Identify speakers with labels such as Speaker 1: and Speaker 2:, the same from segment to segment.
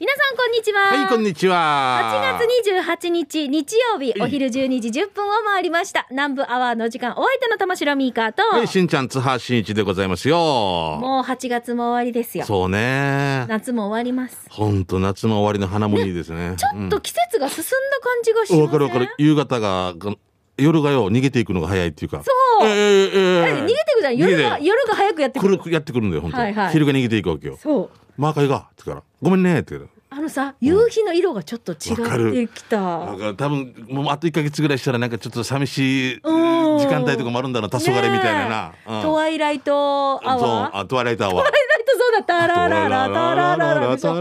Speaker 1: 皆さんこんにちは。
Speaker 2: はい、こんにちは。
Speaker 1: 8月28日日曜日お昼12時10分を回りました。南部アワーの時間お相手の玉城ミーカーと、
Speaker 2: はい、しんちゃん、津波しんいちでございますよ。
Speaker 1: もう8月も終わりですよ。
Speaker 2: そうね。
Speaker 1: 夏も終わります。
Speaker 2: ほんと、夏の終わりの花もいいですね。
Speaker 1: ちょっと季節が進んだ感じがし
Speaker 2: うん
Speaker 1: ま
Speaker 2: わ
Speaker 1: す
Speaker 2: かるわかる。夕方が、が夜がよ、逃げていくのが早いっていうか。
Speaker 1: そう。
Speaker 2: ええええ
Speaker 1: だって逃げてくじゃん。夜が
Speaker 2: 逃げて
Speaker 1: 夜が早くやってくる。
Speaker 2: 来るやってくるんだよ、本当、
Speaker 1: はいはい
Speaker 2: 昼が逃げていくわけよ。
Speaker 1: そう。
Speaker 2: マーカーが、ってから、ごめんね、ってから。
Speaker 1: あのさ夕日の色がちょっと違
Speaker 2: わかる
Speaker 1: ってきた
Speaker 2: だ。から多分、もうあと1ヶ月ぐらいしたら、なんかちょっと寂しい時
Speaker 1: うん
Speaker 2: 間帯とかもあるんだろう、黄昏みたいなな。
Speaker 1: トワイライトア
Speaker 2: そう
Speaker 1: ワー。トワイ
Speaker 2: あ、トワイライトアワー。
Speaker 1: ライトそうだ。タラララタラララでしょ。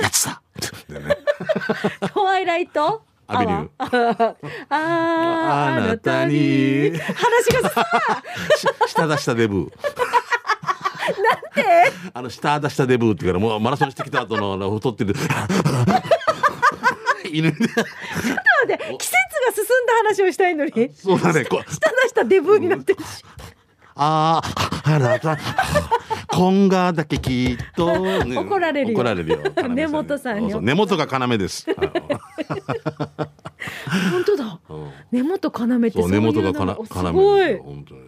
Speaker 2: やつだ。でね
Speaker 1: トワイライトア
Speaker 2: ア
Speaker 1: ワ
Speaker 2: ビニ
Speaker 1: ー
Speaker 2: ュ。
Speaker 1: ああ
Speaker 2: あなたに
Speaker 1: 話がさ
Speaker 2: し下出したデブ。なんてあの、下出したデブって言うから、もうマラソンしてきた後のあの、太ってる。犬で。
Speaker 1: で季節が進んだ話をしたいのに下
Speaker 2: そうだね。こう
Speaker 1: 出したデブーになってるし
Speaker 2: あー、あなた。こんがだけきっと。
Speaker 1: 怒られるよ
Speaker 2: 怒られるよ。要
Speaker 1: 根本さんに
Speaker 2: そうそう根元が要です。
Speaker 1: 本当だ
Speaker 2: うん
Speaker 1: 根元要って
Speaker 2: そう、根元が
Speaker 1: 要
Speaker 2: 要。
Speaker 1: すごい
Speaker 2: 本当に。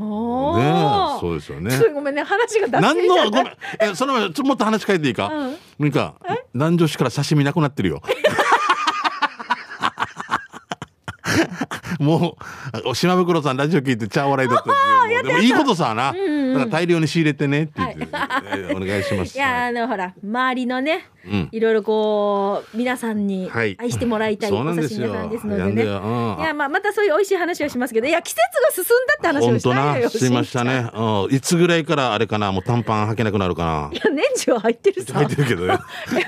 Speaker 1: あ
Speaker 2: ね
Speaker 1: ー
Speaker 2: そうですよね
Speaker 1: ちょっとごめんね話が脱線
Speaker 2: 何
Speaker 1: しちゃ
Speaker 2: の
Speaker 1: っ
Speaker 2: ごめ
Speaker 1: た
Speaker 2: んえその前にちょもっと話変えていいか、
Speaker 1: うん
Speaker 2: ミニカ南城市から刺身なくなってる よもうあ島袋さんラジオ聞いて茶笑いだった んですよもうでもいいことさな、
Speaker 1: んうん
Speaker 2: だから大量に仕入れてねって言って、えお願いします
Speaker 1: いやあのほら周りのね
Speaker 2: うん
Speaker 1: いろいろこう皆さんに
Speaker 2: はい
Speaker 1: 愛してもらいたい
Speaker 2: そうな
Speaker 1: お
Speaker 2: ん
Speaker 1: 刺
Speaker 2: です
Speaker 1: 身屋
Speaker 2: よ
Speaker 1: さんですの
Speaker 2: や
Speaker 1: で
Speaker 2: んで
Speaker 1: ねい
Speaker 2: ようん
Speaker 1: やまあまたそういう美味しい話をしますけどいや季節が進んだって話を
Speaker 2: 本
Speaker 1: し
Speaker 2: 当
Speaker 1: たいの
Speaker 2: な
Speaker 1: よ
Speaker 2: しました
Speaker 1: しん
Speaker 2: ね、うん、いつぐらいからあれかなもう短パン履けなくなるか
Speaker 1: ちゃんいや年中入ってる
Speaker 2: な
Speaker 1: さ
Speaker 2: 履いてるけ どね
Speaker 1: いやこんなん言っ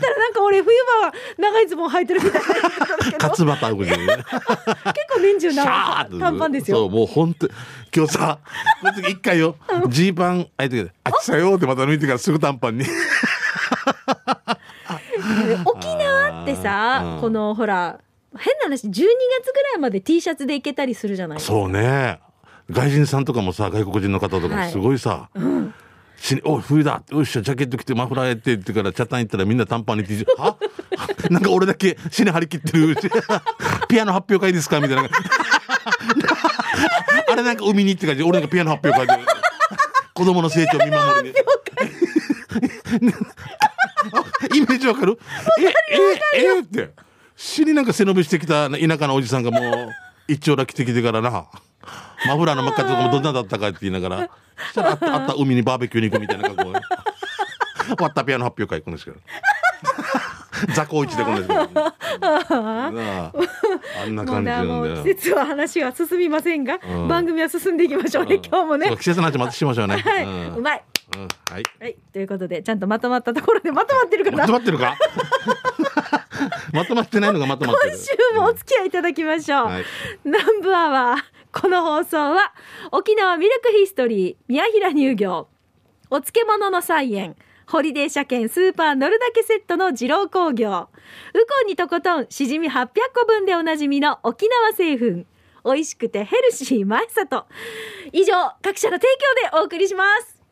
Speaker 1: たらなんか俺冬場は長いズボン履いてるみたいな言い方だけど
Speaker 2: 勝
Speaker 1: 結
Speaker 2: つばたくにね
Speaker 1: 構年中
Speaker 2: シ
Speaker 1: な
Speaker 2: ャー
Speaker 1: 短パンですよ
Speaker 2: そう、もう本当今日 さ、この時一回よ、ジーパン、あいてあっちさよってまた抜いてからすぐ短パンに。
Speaker 1: 沖縄って
Speaker 2: う
Speaker 1: さ
Speaker 2: ん
Speaker 1: このほら変な話12月ぐらいまで T シャツで行けたりするじゃない
Speaker 2: そうね。外人さんとかもさ、外国人の方とか
Speaker 1: は
Speaker 2: も
Speaker 1: い
Speaker 2: すごいさ、しおい、冬だよっしゃ、ジャケット着てマフラーやってってから、チャタン行ったらみんな短パンに T シャツ。は なんか俺だけ死に張り切ってる。 ピアノ発表会ですかみたいな。 あれなんか海にって感じ。俺なんかピアノ発表会で。子供の成長見守る、ね。 イメージわかるえ、え、え、えって。死になんか背伸びしてきた田舎のおじさんがも う、一丁ら来てきてからな。マフラーの真っ赤とかもどんなだったかって言いながら、そしたらあ ったあった海にバーベキューに行くみたいな格好ね。割ったピアノ発表会行くんですけど。雑魚市でこんですけど。 なああん
Speaker 1: も
Speaker 2: な
Speaker 1: うね
Speaker 2: 感じな
Speaker 1: あの
Speaker 2: ん
Speaker 1: 季
Speaker 2: だよ。
Speaker 1: 節は話は進みませんが、
Speaker 2: うん
Speaker 1: 番組は進んでいきましょうね今日もね
Speaker 2: そう季節の話またしましょうね。
Speaker 1: はい、
Speaker 2: う
Speaker 1: うんまい
Speaker 2: うんはい。
Speaker 1: はいということでちゃんとまとまったところでまとまってるか
Speaker 2: ま
Speaker 1: ら
Speaker 2: と
Speaker 1: 今
Speaker 2: まって るか まとまってないのがまとまってる。
Speaker 1: 週もお付き合いいただきましょう、
Speaker 2: はい
Speaker 1: 南部アワーこの放送は沖縄ミルクヒストリー宮平乳業お漬物の菜園ホリデー車検スーパー乗るだけセットの二郎工業ウコンにとことんしじみ800個分でおなじみの沖縄製粉美味しくてヘルシー前里以上各社の提供でお送りします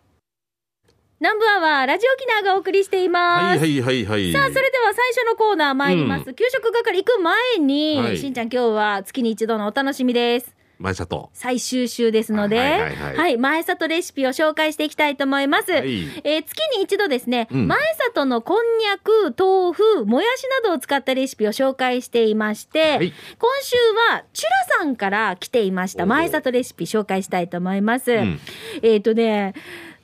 Speaker 1: 南部アワーラジオ沖縄がお送りしています、
Speaker 2: はいはいはいはい。
Speaker 1: さあそれでは最初のコーナー参ります、給食係行く前に、
Speaker 2: はい
Speaker 1: しんちゃん今日は月に一度のお楽しみです
Speaker 2: 前里。
Speaker 1: 最終週ですので、
Speaker 2: は
Speaker 1: はいい
Speaker 2: はいはい
Speaker 1: 前里レシピを紹介していきたいと思います。
Speaker 2: はい
Speaker 1: えー月に一度ですね、
Speaker 2: うん
Speaker 1: 前里のこんにゃく、豆腐、もやしなどを使ったレシピを紹介していまして、
Speaker 2: はい
Speaker 1: 今週はチュラさんから来ていました
Speaker 2: おー
Speaker 1: 前里レシピ紹介したいと思います。
Speaker 2: ん
Speaker 1: えっ、とね、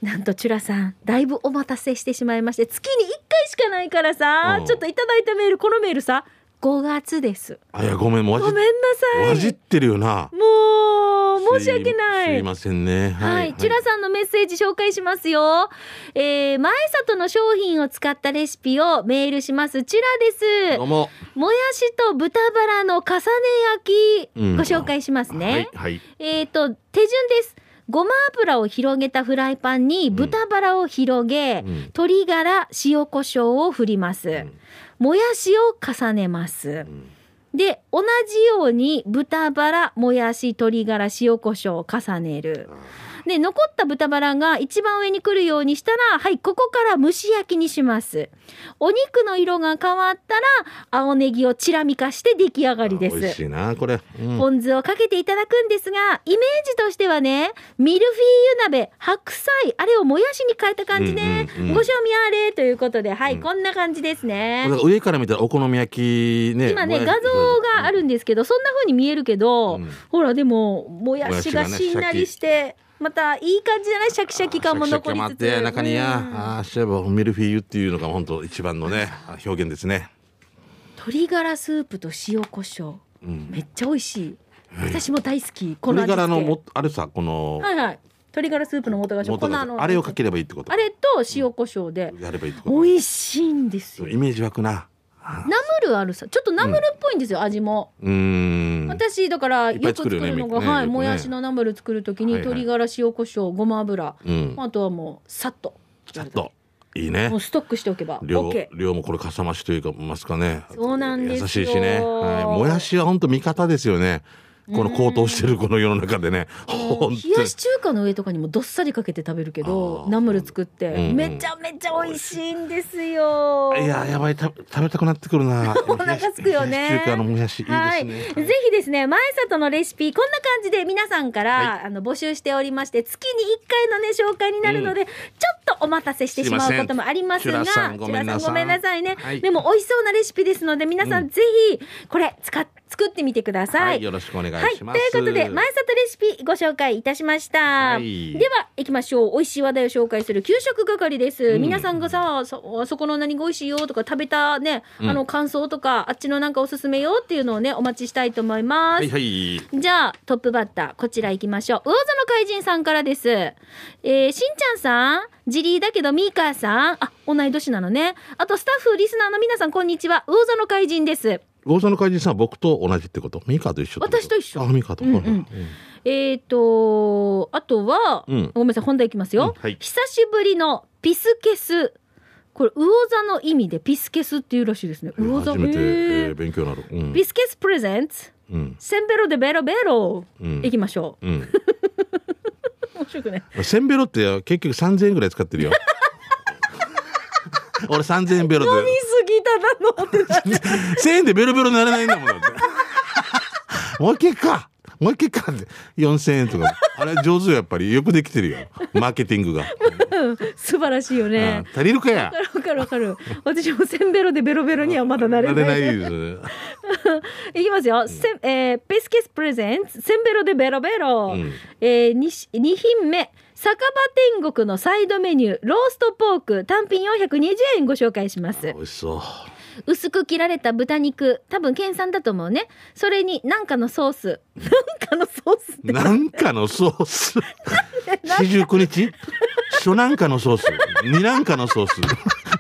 Speaker 1: なんとチュラさん、だいぶお待たせしてしまいまして、月に1回しかないからさ
Speaker 2: う、ん
Speaker 1: ちょっといただいたメール、このメールさ、5月です。
Speaker 2: あ、いや、ごめん、もう
Speaker 1: ご
Speaker 2: わ
Speaker 1: めんなさい。
Speaker 2: じ、わじってるよな。
Speaker 1: もう、申し訳ない。
Speaker 2: すいませんね。
Speaker 1: はい、チュラさんのメッセージ紹介しますよ。えー、前里の商品を使ったレシピをメールします。チュラで
Speaker 2: どう
Speaker 1: す。
Speaker 2: も。
Speaker 1: もやしと豚バラの重ね焼き、
Speaker 2: うん
Speaker 1: ご紹介しますね。
Speaker 2: はい、はい。
Speaker 1: えっ、と、手順です。ごま油を広げたフライパンに豚バラを広げ、
Speaker 2: うん
Speaker 1: 鶏ガラ、塩コショウを振ります。
Speaker 2: ん
Speaker 1: もやしを重ねます。
Speaker 2: ん
Speaker 1: で、同じように豚バラ、もやし、鶏ガラ、塩コショウを重ねる。で残った豚バラが一番上に来るようにしたらはいここから蒸し焼きにしますお肉の色が変わったら青ネギをちらみかして出来上がりで
Speaker 2: 美味
Speaker 1: す
Speaker 2: しいなこれ、うん
Speaker 1: ポン酢をかけていただくんですがイメージとしてはねミルフィーユ鍋白菜あれをもやしに変えた感じね、
Speaker 2: うんうんうん
Speaker 1: ご賞味あれということではい、
Speaker 2: うん
Speaker 1: こんな感じですね
Speaker 2: なんか上から見たらお好み焼きね
Speaker 1: 今ね
Speaker 2: も
Speaker 1: 画
Speaker 2: や
Speaker 1: 像があるんですけどそんな風に見えるけど、
Speaker 2: うん
Speaker 1: ほらでももやしが
Speaker 2: もやしがね
Speaker 1: しんなりして、またいい感じじゃないシャキシャキ感も残り
Speaker 2: シャ
Speaker 1: つ
Speaker 2: キシ
Speaker 1: つ
Speaker 2: ャキ感もあって中にや、
Speaker 1: うん
Speaker 2: ああシェブミルフィーユっていうのが本当一番のね表現ですね、
Speaker 1: 鶏ガラスープと塩コショウ
Speaker 2: うん、
Speaker 1: めっちゃ美味しい私も大好きこの味付
Speaker 2: 鶏ガラ
Speaker 1: け
Speaker 2: のもあれさこの
Speaker 1: はいはい鶏ガラスープの素がし
Speaker 2: 元
Speaker 1: 粉
Speaker 2: が
Speaker 1: の
Speaker 2: あれをかければいいってこと
Speaker 1: あれと塩コショウで
Speaker 2: やればいいってこと
Speaker 1: 美味しいんですよ
Speaker 2: イメージ湧くな
Speaker 1: ナムルあるさちょっとナムルっぽいんですよ、味も
Speaker 2: うーん
Speaker 1: 私だからよく作る
Speaker 2: いっぱい作
Speaker 1: の
Speaker 2: るよね
Speaker 1: が、
Speaker 2: みね
Speaker 1: はい、
Speaker 2: よくね
Speaker 1: もやしのナムル作るときに
Speaker 2: はいはい
Speaker 1: 鶏ガラ塩コショウごま油、
Speaker 2: うん
Speaker 1: あとはもうさっと
Speaker 2: ちょっといいね
Speaker 1: もうストックしておけば
Speaker 2: 量
Speaker 1: OK
Speaker 2: 量もこれかさ増しというかますかね
Speaker 1: そうなんですよ
Speaker 2: 優しいしね、はい、もやしは本当味方ですよねこの高騰してるこの世の中でね
Speaker 1: もう
Speaker 2: 本
Speaker 1: 冷やし中華の上とかにもどっさりかけて食べるけど
Speaker 2: あー
Speaker 1: ナムル作って、
Speaker 2: うんうん
Speaker 1: めちゃめちゃ美味しいんですよ
Speaker 2: 当にいややばいた食べたくなってくるなお
Speaker 1: 腹すくよね
Speaker 2: 中華のもやしいい
Speaker 1: はい、
Speaker 2: です
Speaker 1: ぜ
Speaker 2: ね
Speaker 1: ひですね前里のレシピこんな感じで皆さんから、あの募集しておりまして月に1回のね紹介になるので、ちょっとお待たせしてしまうこともありますが
Speaker 2: すいませんチュラさんごめんなさい
Speaker 1: チュラごめんなさいね、
Speaker 2: はい
Speaker 1: でも美味しそうなレシピですので皆さ
Speaker 2: うん
Speaker 1: ぜひこれ使っ作ってみてください、
Speaker 2: はいよろしくお願いします、
Speaker 1: はい、ということで前里レシピご紹介いたしました、
Speaker 2: い
Speaker 1: では行きましょう美味しい話題を紹介する給食係です、
Speaker 2: ん
Speaker 1: 皆さんがさそあそこの何が美味しいよとか食べたね、
Speaker 2: ん
Speaker 1: あの感想とかあっちのなんかおすすめよっていうのをねお待ちしたいと思います、
Speaker 2: はいはい
Speaker 1: じゃあトップバッターこちら行きましょう魚座の怪人さんからです、えー、しんちゃんさんジリーだけどミーカーさんあ同い年なのねあとスタッフリスナーの皆さんこんにちは魚座の怪人です
Speaker 2: 大沢の怪人さんは僕と同じってことミカと一緒ってこ
Speaker 1: 私と一緒
Speaker 2: あミカと、
Speaker 1: うんうんえー、とあとは、
Speaker 2: うん
Speaker 1: ごめんなさい本題いきますよ、
Speaker 2: うんはい
Speaker 1: 久しぶりのピスケスこれ魚座の意味でピスケスっていうらしいですね魚座
Speaker 2: 初めて、え
Speaker 1: へ
Speaker 2: ー
Speaker 1: ー
Speaker 2: 勉強になるうん
Speaker 1: ピスケスプレゼンツ
Speaker 2: うん
Speaker 1: センベロでベロベロ、
Speaker 2: うん
Speaker 1: いきましょ
Speaker 2: うん
Speaker 1: う面白くね
Speaker 2: 千ベロって結局三千円ぐらい使って るよ。俺三千円ベロ
Speaker 1: 見
Speaker 2: で。
Speaker 1: すぎただのってなっちゃう
Speaker 2: 千円でベロベロにならないんだもんだって。もう一回か。もう一回かって。四千円とか。あれ上手よやっぱり。よくできてるよ。マーケティングが。
Speaker 1: 素晴らしいよね
Speaker 2: うん足りるかや。
Speaker 1: わかるわかる私もセンベロでベロベロにはまだなれない
Speaker 2: なれないですね。
Speaker 1: いきますよ、せんえーピスケスプレゼンツセンベロでベロベロ、
Speaker 2: うん
Speaker 1: えー、にし2品目酒場天国のサイドメニューローストポーク単品420円ご紹介します
Speaker 2: 美味しそう。
Speaker 1: 薄く切られた豚肉多分県産だと思うねそれになんかのソースなんかのソースって
Speaker 2: なんかのソース。四十九日。初なんかのソース。二なんかのソース。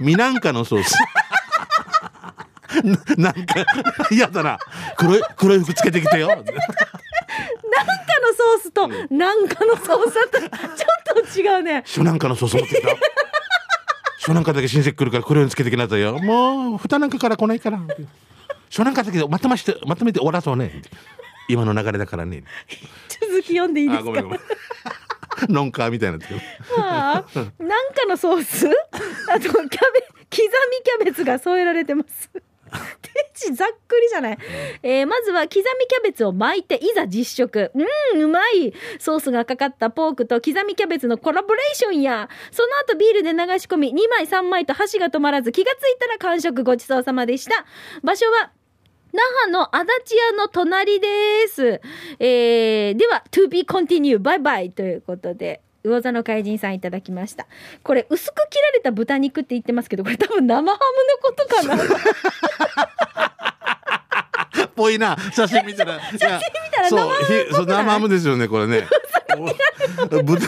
Speaker 2: 三なんかのソース。ななんか嫌だな黒い黒い服つけてきてよ
Speaker 1: なんかのソースとなんかのソー スだったらちょっと違うね
Speaker 2: 初なんかのソース持ってきた初なんかだけ親戚来るから黒いのつけてきなさいよもう蓋なんかから来ないから初なんかだけまとましてまとめて終わらそうね今の流れだからね
Speaker 1: 続き読んでいいですか
Speaker 2: あごめんごめんノンカーみたいになってる
Speaker 1: はあ、なんかのソースあとキャベ刻みキャベツが添えられてます手地ざっくりじゃない、えーまずは刻みキャベツを巻いていざ実食うんうまいソースがかかったポークと刻みキャベツのコラボレーションやその後ビールで流し込み2枚3枚と箸が止まらず気がついたら完食ごちそうさまでした場所は那覇の足立屋の隣です。えー、では、to be continue, バイバイということで、魚座の怪人さんいただきました。これ、薄く切られた豚肉って言ってますけど、これ多分生ハムのことかな。なんか
Speaker 2: ぽいな写真見 たら写真見
Speaker 1: たら生ハムっぽくない
Speaker 2: そう生ハムですよねこれね 豚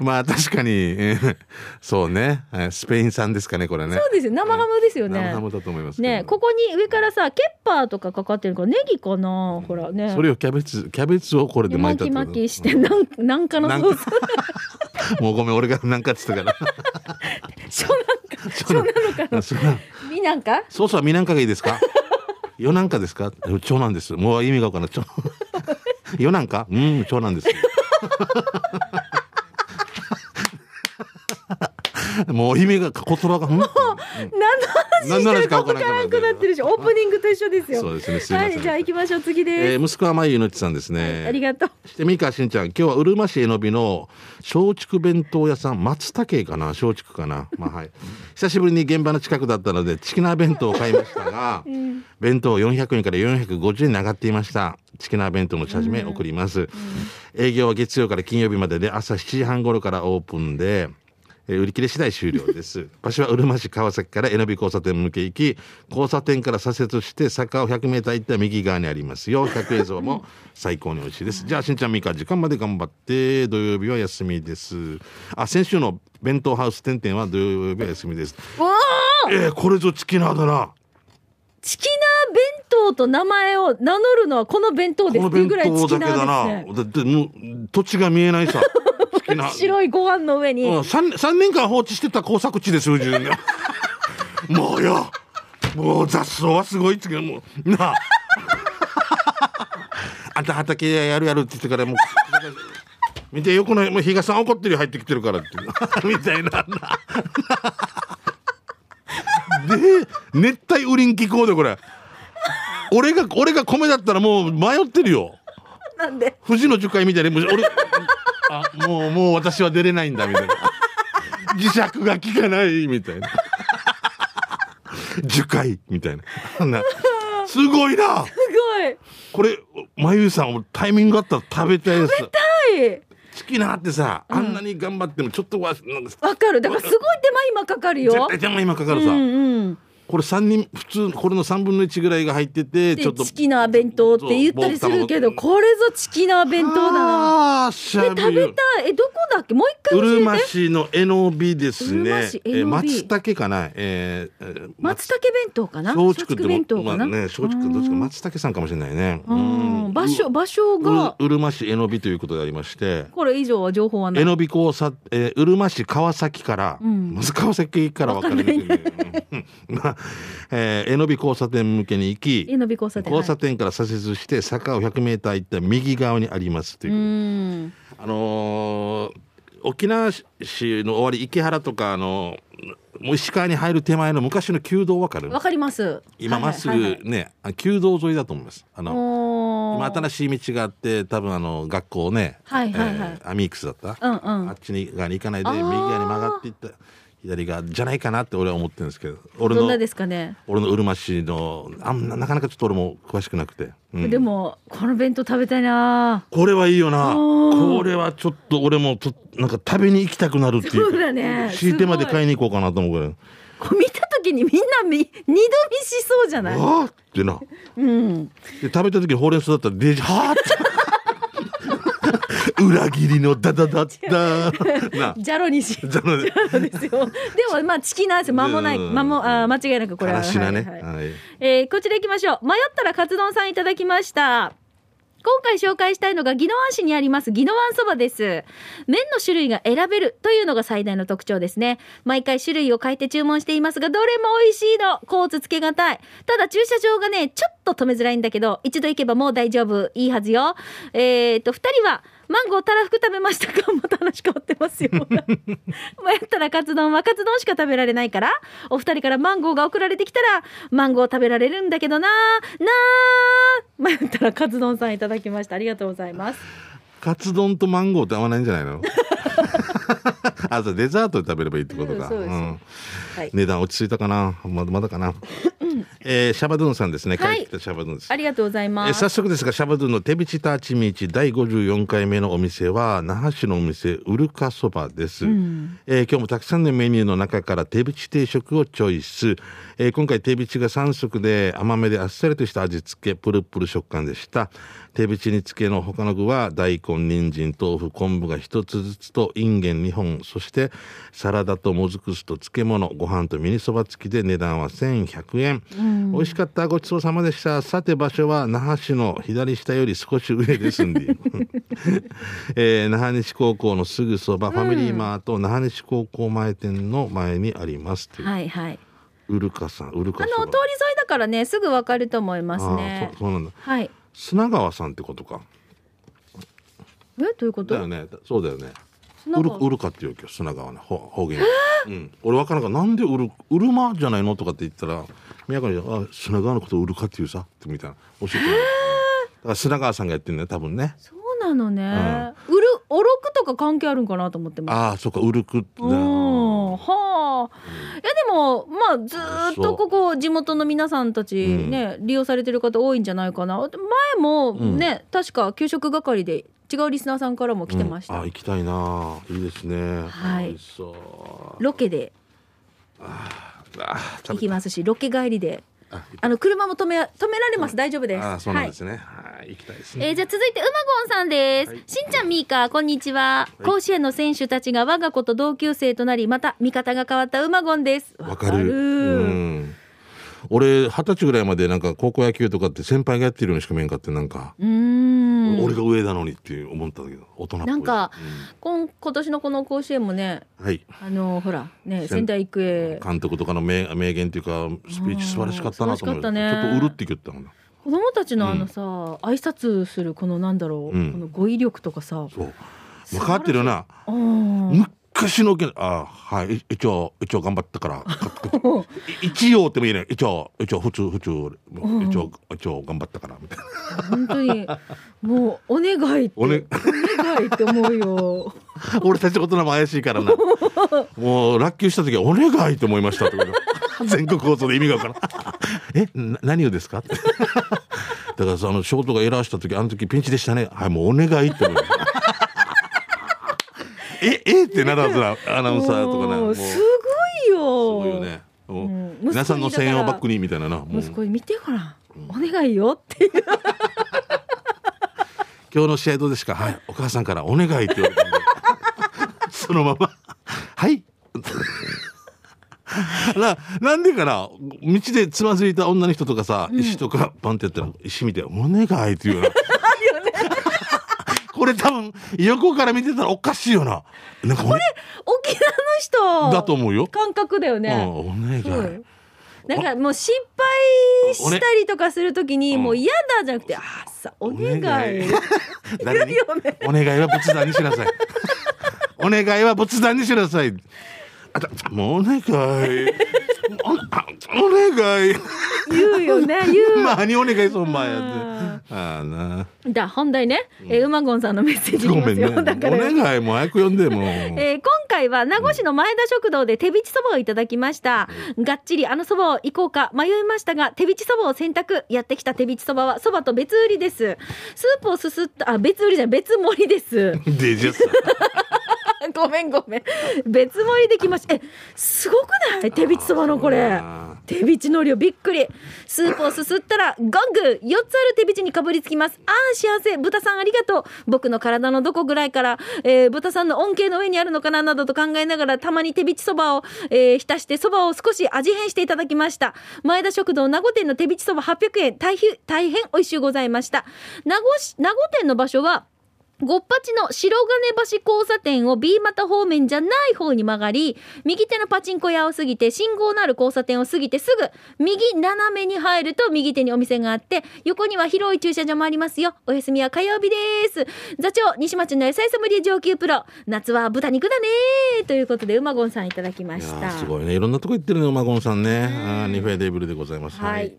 Speaker 2: まあ確かに、 えーそうねえースペイン産ですかねこれね
Speaker 1: そうですよ、生ハムですよ
Speaker 2: 生
Speaker 1: ね
Speaker 2: ハ。ムだと思いますけど
Speaker 1: ねここに上からさ、ケッパーとかかかってるから、ネギかなほらね。
Speaker 2: それをキャベツキャベツをこれで巻
Speaker 1: 巻
Speaker 2: いたっ
Speaker 1: き
Speaker 2: てこと
Speaker 1: 巻きして、なんなんかのソース、
Speaker 2: もうごめん俺が何かっつったから
Speaker 1: そうなんか、
Speaker 2: そうなのかな
Speaker 1: みなんか
Speaker 2: ソースはみなんかがいいですかよなんかですか長男です もう意味がわからない長よなんかうん長男ですもう意味が言葉がん
Speaker 1: 何の話
Speaker 2: 何の
Speaker 1: して
Speaker 2: 話
Speaker 1: る
Speaker 2: か
Speaker 1: か
Speaker 2: 分
Speaker 1: 分か
Speaker 2: か
Speaker 1: らら
Speaker 2: な
Speaker 1: な
Speaker 2: く
Speaker 1: く
Speaker 2: な
Speaker 1: な
Speaker 2: っ
Speaker 1: ってて
Speaker 2: る
Speaker 1: るし、オープニングと一緒ですよ。
Speaker 2: そうですねすいません
Speaker 1: はい、じゃあ行きましょう。次
Speaker 2: え
Speaker 1: です。
Speaker 2: ー息子はまゆのちさんですね、
Speaker 1: ありがとう。
Speaker 2: そして三川しんちゃん今日はうるま市えのびの松竹弁当屋さん松竹かな松竹かなまあはい久しぶりに現場の近くだったのでチキナー弁当を買いましたが、弁当400円から450円に上がっていましたチキナー弁当の写真名送ります、営業は月曜から金曜日までで朝7時半頃からオープンでえー売り切れ次第終了です 場所はうるま市川崎から江ノ美交差点向け行き交差点から左折して坂を 100m 行った右側にありますよ百円像 も最高に美味しいですじゃあしんちゃんみか時間まで頑張って土曜日は休みですあ先週の弁当ハウス点々は土曜日は休みです
Speaker 1: おお、
Speaker 2: えー、これぞチキナーだな
Speaker 1: チキナー弁当と名前を名乗るのはこの弁当
Speaker 2: こ
Speaker 1: です
Speaker 2: の
Speaker 1: っていう
Speaker 2: 弁
Speaker 1: ぐらいチ
Speaker 2: 当
Speaker 1: キ
Speaker 2: だけ
Speaker 1: ナ
Speaker 2: だ
Speaker 1: ーで
Speaker 2: な
Speaker 1: すね。
Speaker 2: だってもう土地が見 えないさチキナー
Speaker 1: 白いご飯の上に
Speaker 2: うん、3, 三年間放置してた工作地ですよ10年もうよもう雑草はすごいっつうけどもうなああんた畑やるやるって言ってからもう見てよこのもう日賀さん怒ってるよ入ってきてるからって みたいなで熱帯雨林気候でこれ俺が俺が米だったらもう迷ってるよ
Speaker 1: なんで。
Speaker 2: 富士の樹海みたいでもう俺 あもうもう私は出れないんだみたいな磁石が効かないみたいな樹海みたいななすごいな
Speaker 1: すごい。
Speaker 2: これまゆさん俺タイミングあったら食べたいです
Speaker 1: はい。
Speaker 2: 好きなってさあんなに頑張ってもちょっとはなんか
Speaker 1: わかる。だからすごい手間今かかるよ
Speaker 2: 絶。対手間今かか
Speaker 1: う
Speaker 2: る
Speaker 1: ん
Speaker 2: さ、
Speaker 1: うん。
Speaker 2: これ3人普通これの3分の1ぐらいが入ってて
Speaker 1: で
Speaker 2: ちょっと
Speaker 1: チキナー弁当って言ったりするけど、これぞチキナー弁当だな。
Speaker 2: なしゃ
Speaker 1: え食べたい。えどこだっけ？もう一回
Speaker 2: う
Speaker 1: 教え
Speaker 2: る
Speaker 1: て。
Speaker 2: ま市のえのびです
Speaker 1: うるま
Speaker 2: ね
Speaker 1: 市。
Speaker 2: え
Speaker 1: NOB
Speaker 2: ー松茸かな。えーえー
Speaker 1: 松茸弁当かな
Speaker 2: 松竹
Speaker 1: 弁当
Speaker 2: ま
Speaker 1: か
Speaker 2: あ
Speaker 1: な、
Speaker 2: ね、松竹どっちか松茸さんかもしれないね。
Speaker 1: うん
Speaker 2: うん
Speaker 1: 場所場所
Speaker 2: うる
Speaker 1: が
Speaker 2: うるま市えのびということでありまして。
Speaker 1: これ以上は情報はな
Speaker 2: え
Speaker 1: い
Speaker 2: のび交差、えーうるま市川崎から、
Speaker 1: うん
Speaker 2: まず川崎から分かれるけどね、うんまあえーえのび交差点向けに行
Speaker 1: え
Speaker 2: き、
Speaker 1: のび交差点
Speaker 2: 交差点から左折して坂を100メーター行った右側にありますというう。
Speaker 1: ん
Speaker 2: あのー沖縄市の終わり池原とかあのもう石川に入る手前の昔の旧道わかる
Speaker 1: わかります
Speaker 2: 今まっすぐね、あ旧道沿いだと思いますあの今
Speaker 1: ま
Speaker 2: 新しい道があって多分あの学校ね、
Speaker 1: はいはいはい
Speaker 2: えーアミークスだった、
Speaker 1: うんうん
Speaker 2: あっちに側に行かないで
Speaker 1: あー
Speaker 2: 右側に曲がっていった左側じゃないかなって俺は思ってるんですけど俺
Speaker 1: どんな
Speaker 2: の
Speaker 1: ですかね、
Speaker 2: 俺のうるま市のあんななかなかちょっと俺も詳しくなくて、うん
Speaker 1: でもこの弁当食べたいな
Speaker 2: これはいいよな
Speaker 1: うん
Speaker 2: これはちょっと俺もとなんか食べに行きたくなるっていう
Speaker 1: そうだね
Speaker 2: 敷いてまです
Speaker 1: ごい
Speaker 2: 買いに行こうかなと思うぐらい
Speaker 1: これ見た時にみんなみ二度見しそうじゃ
Speaker 2: 「
Speaker 1: ない
Speaker 2: あっ!」ってな
Speaker 1: うん
Speaker 2: で食べた時ほうれん草だったら「デジはあ!」 って裏切りのダダダッダーな
Speaker 1: ジャロにし
Speaker 2: じゃあね
Speaker 1: そうですよ。でもまあチキンなんですよ。間もない、
Speaker 2: うん
Speaker 1: 間もあー間違いなくこれは。
Speaker 2: からしなね
Speaker 1: はいはい
Speaker 2: はい
Speaker 1: えーこちら行きましょう。迷ったらカツ丼さんいただきました。今回紹介したいのが宜野湾市にあります宜野湾そばです。麺の種類が選べるというのが最大の特徴ですね。毎回種類を変えて注文していますが、どれも美味しいの。コーツつけがたい。ただ駐車場がね、ちょっと止めづらいんだけど、一度行けばもう大丈夫。いいはずよ。えっと、二人は、マンゴーたらふく食べましたか また話変わってますよ。迷ったらカツ丼はカツ丼しか食べられないから、お二人からマンゴーが送られてきたら、マンゴー食べられるんだけどななー迷ったらカツ丼さんいただきました。ありがとうございます。
Speaker 2: カツ丼とマンゴーって合わないんじゃないの あとデザートで食べればいいってこと
Speaker 1: う
Speaker 2: か、
Speaker 1: んそうです
Speaker 2: うん
Speaker 1: はい
Speaker 2: 値段落ち着いたかなまだまだかな、えーシャバドゥンさんですね帰
Speaker 1: はい
Speaker 2: ってきたシャバドゥンです、
Speaker 1: ありがとうございま
Speaker 2: えー
Speaker 1: す
Speaker 2: 早。速ですがシャバドゥンの手道ターチミーチ第54回目のお店は那覇市のお店ウルカそばです、えー今日もたくさんのメニューの中から手打ち定食をチョイス、えー今回手打ちが3色で甘めであっさりとした味付けプルプル食感でした手打ちにつけの他の具は大根人参豆腐昆布が1つずつといんげん2本そしてサラダともずく酢と漬物ご飯とミニそば付きで値段は1100円、美味しかったごちそうさまでしたさて場所は那覇市の左下より少し上です んで、えー那覇西高校のすぐそば、ファミリーマート那覇西高校前店の前にありますという、
Speaker 1: はいはい。
Speaker 2: うるかさんうる
Speaker 1: あ
Speaker 2: かそば
Speaker 1: の、通り沿いだからね、すぐわかると思いますね
Speaker 2: あーそ。そうなんだ
Speaker 1: はい。
Speaker 2: 砂川さんってことか
Speaker 1: え、どういうこと
Speaker 2: だよねそうだよね
Speaker 1: 砂
Speaker 2: うる
Speaker 1: 川
Speaker 2: うるかって言うわけよ砂川の方方言、うん、俺分からんからなんでうるうるまじゃないのとかって言ったら宮川にあ「砂川のことをうるかって言うさ」ってみたいな教えてもらっただから砂川さんがやってるんだよ多分ね
Speaker 1: そうなのね、うるおろくとか関係あるんかなと思ってます
Speaker 2: ああそっかうるくって
Speaker 1: う
Speaker 2: ね
Speaker 1: んはあ、いやでもまあずーっとここ地元の皆さんたちね、利用されてる方多いんじゃないかな前も
Speaker 2: うん
Speaker 1: ね、確か給食係で違うリスナーさんからも来てまし
Speaker 2: うん
Speaker 1: た、
Speaker 2: あ行きたいないいですね
Speaker 1: はい
Speaker 2: 美味しそう
Speaker 1: ロケで
Speaker 2: あ
Speaker 1: 行きますしロケ帰りで
Speaker 2: あ行き
Speaker 1: あの車も止め止められます、大丈夫です
Speaker 2: あーそうなん
Speaker 1: はい
Speaker 2: ですねはい行きたいです
Speaker 1: えー
Speaker 2: ね
Speaker 1: じゃあ続いてうまごんさんです、
Speaker 2: はい
Speaker 1: しんちゃんみーかこんにちは、
Speaker 2: い
Speaker 1: 甲子園の選手たちが我が子と同級生となりまた味方が変わったうまごんです
Speaker 2: わかるうん俺二十歳ぐらいまでなんか高校野球とかって先輩がやってるようにしか見えんかってなんか
Speaker 1: うーん
Speaker 2: 俺が上なのにって思ったんだけど大人っぽい
Speaker 1: なんか、今今年のこの甲子園もね
Speaker 2: うんはい
Speaker 1: あのほらね
Speaker 2: せん
Speaker 1: 仙台育英
Speaker 2: 監督とかの名名言っていうかスピーチ素晴らしかったなと
Speaker 1: 素晴らし
Speaker 2: 思う
Speaker 1: かったね
Speaker 2: ちょっとうるって言ったもんな
Speaker 1: 子供たちの
Speaker 2: うん
Speaker 1: あのさ、挨拶するこのなんだろう、
Speaker 2: うん
Speaker 1: この語彙力とかさ
Speaker 2: そう分かってるよな
Speaker 1: うん
Speaker 2: 昔の沖縄あはい一応一応頑張ったからい一応ってもいいね一応一応普通普通
Speaker 1: ん
Speaker 2: 一応一応頑張ったからみたいな
Speaker 1: 本当にもうお願いってお
Speaker 2: 俺
Speaker 1: 願いって思うよ
Speaker 2: 俺たち大人も怪しいからなもう落球した時は「お願い!」と思いましたってこと全国放送で意味が分からんえな何をですかってだからさあのショートがエラーした時あの時ピンチでしたねはいもうお願いって思いましたええってならずな アナウンサーとか
Speaker 1: も
Speaker 2: な
Speaker 1: う
Speaker 2: もう
Speaker 1: す
Speaker 2: す
Speaker 1: ごいよ
Speaker 2: ごいよねも
Speaker 1: う
Speaker 2: う
Speaker 1: ん息子に
Speaker 2: 皆さんの声援をバックにみたいななもう
Speaker 1: 息子に見てほら、お願いよっていう
Speaker 2: 今日の試合どうですかはいお母さんからお願いって言われた んでそのままはいななんでかな道でつまずいた女の人とかさ、石とかパンってやったら石見て「お願い」って言うよなこれ多分横から見てたらおかしいよななんかこれ
Speaker 1: 沖縄の人
Speaker 2: だと思うよ、
Speaker 1: 感覚だよね、
Speaker 2: うん、お願い
Speaker 1: そうよなんかもう失敗したりとかするときに
Speaker 2: うん
Speaker 1: もう嫌だじゃなくて、あーさお願い
Speaker 2: お願い誰にお願いは仏壇にし なさいお願いは仏壇にしなさいあともうお願いおあお願い
Speaker 1: 言うよね言う、
Speaker 2: まあにお願いそんまやって
Speaker 1: あ
Speaker 2: ああな
Speaker 1: だ本題ね、えー、うまごんさんのメッセージい
Speaker 2: ご
Speaker 1: きま
Speaker 2: め
Speaker 1: す
Speaker 2: んね
Speaker 1: よ、
Speaker 2: お
Speaker 1: だから
Speaker 2: 願いもう早く読んでもう
Speaker 1: えー今回は名護市の前田食堂で手びちそばをいただきました、がっちりあのそばを行こうか迷いましたが手びちそばを選択やってきた手びちそばはそばと別売りですスープをすすったあ別売りじゃない別盛りです
Speaker 2: デジャス
Speaker 1: ごめんごめん別盛りできましたえすごくない手びちそば のこれ
Speaker 2: あ
Speaker 1: 手びちの量びっくりスープをすすったらゴング4つある手びちにかぶりつきますあー幸せ豚さんありがとう僕の体のどこぐらいから、えー豚さんの恩恵の上にあるのかななどと考えながらたまに手びちそばを、えー浸してそばを少し味変していただきました前田食堂名護店の手びちそば800円大変大変美味しゅうございました名護市名護店の場所はごっぱちの白金橋交差点を B 股方面じゃない方に曲がり、右手のパチンコ屋を過ぎて、信号のある交差点を過ぎてすぐ、右斜めに入ると右手にお店があって、横には広い駐車場もありますよ。お休みは火曜日です。座長、西町の野菜ソムリエ上級プロ、夏は豚肉だねということで、うまごんさんいただきま
Speaker 2: い
Speaker 1: し
Speaker 2: や
Speaker 1: た。
Speaker 2: あすごいねいろんなとこ行ってるねマゴンさんねあーニフェデーブルでございます
Speaker 1: はい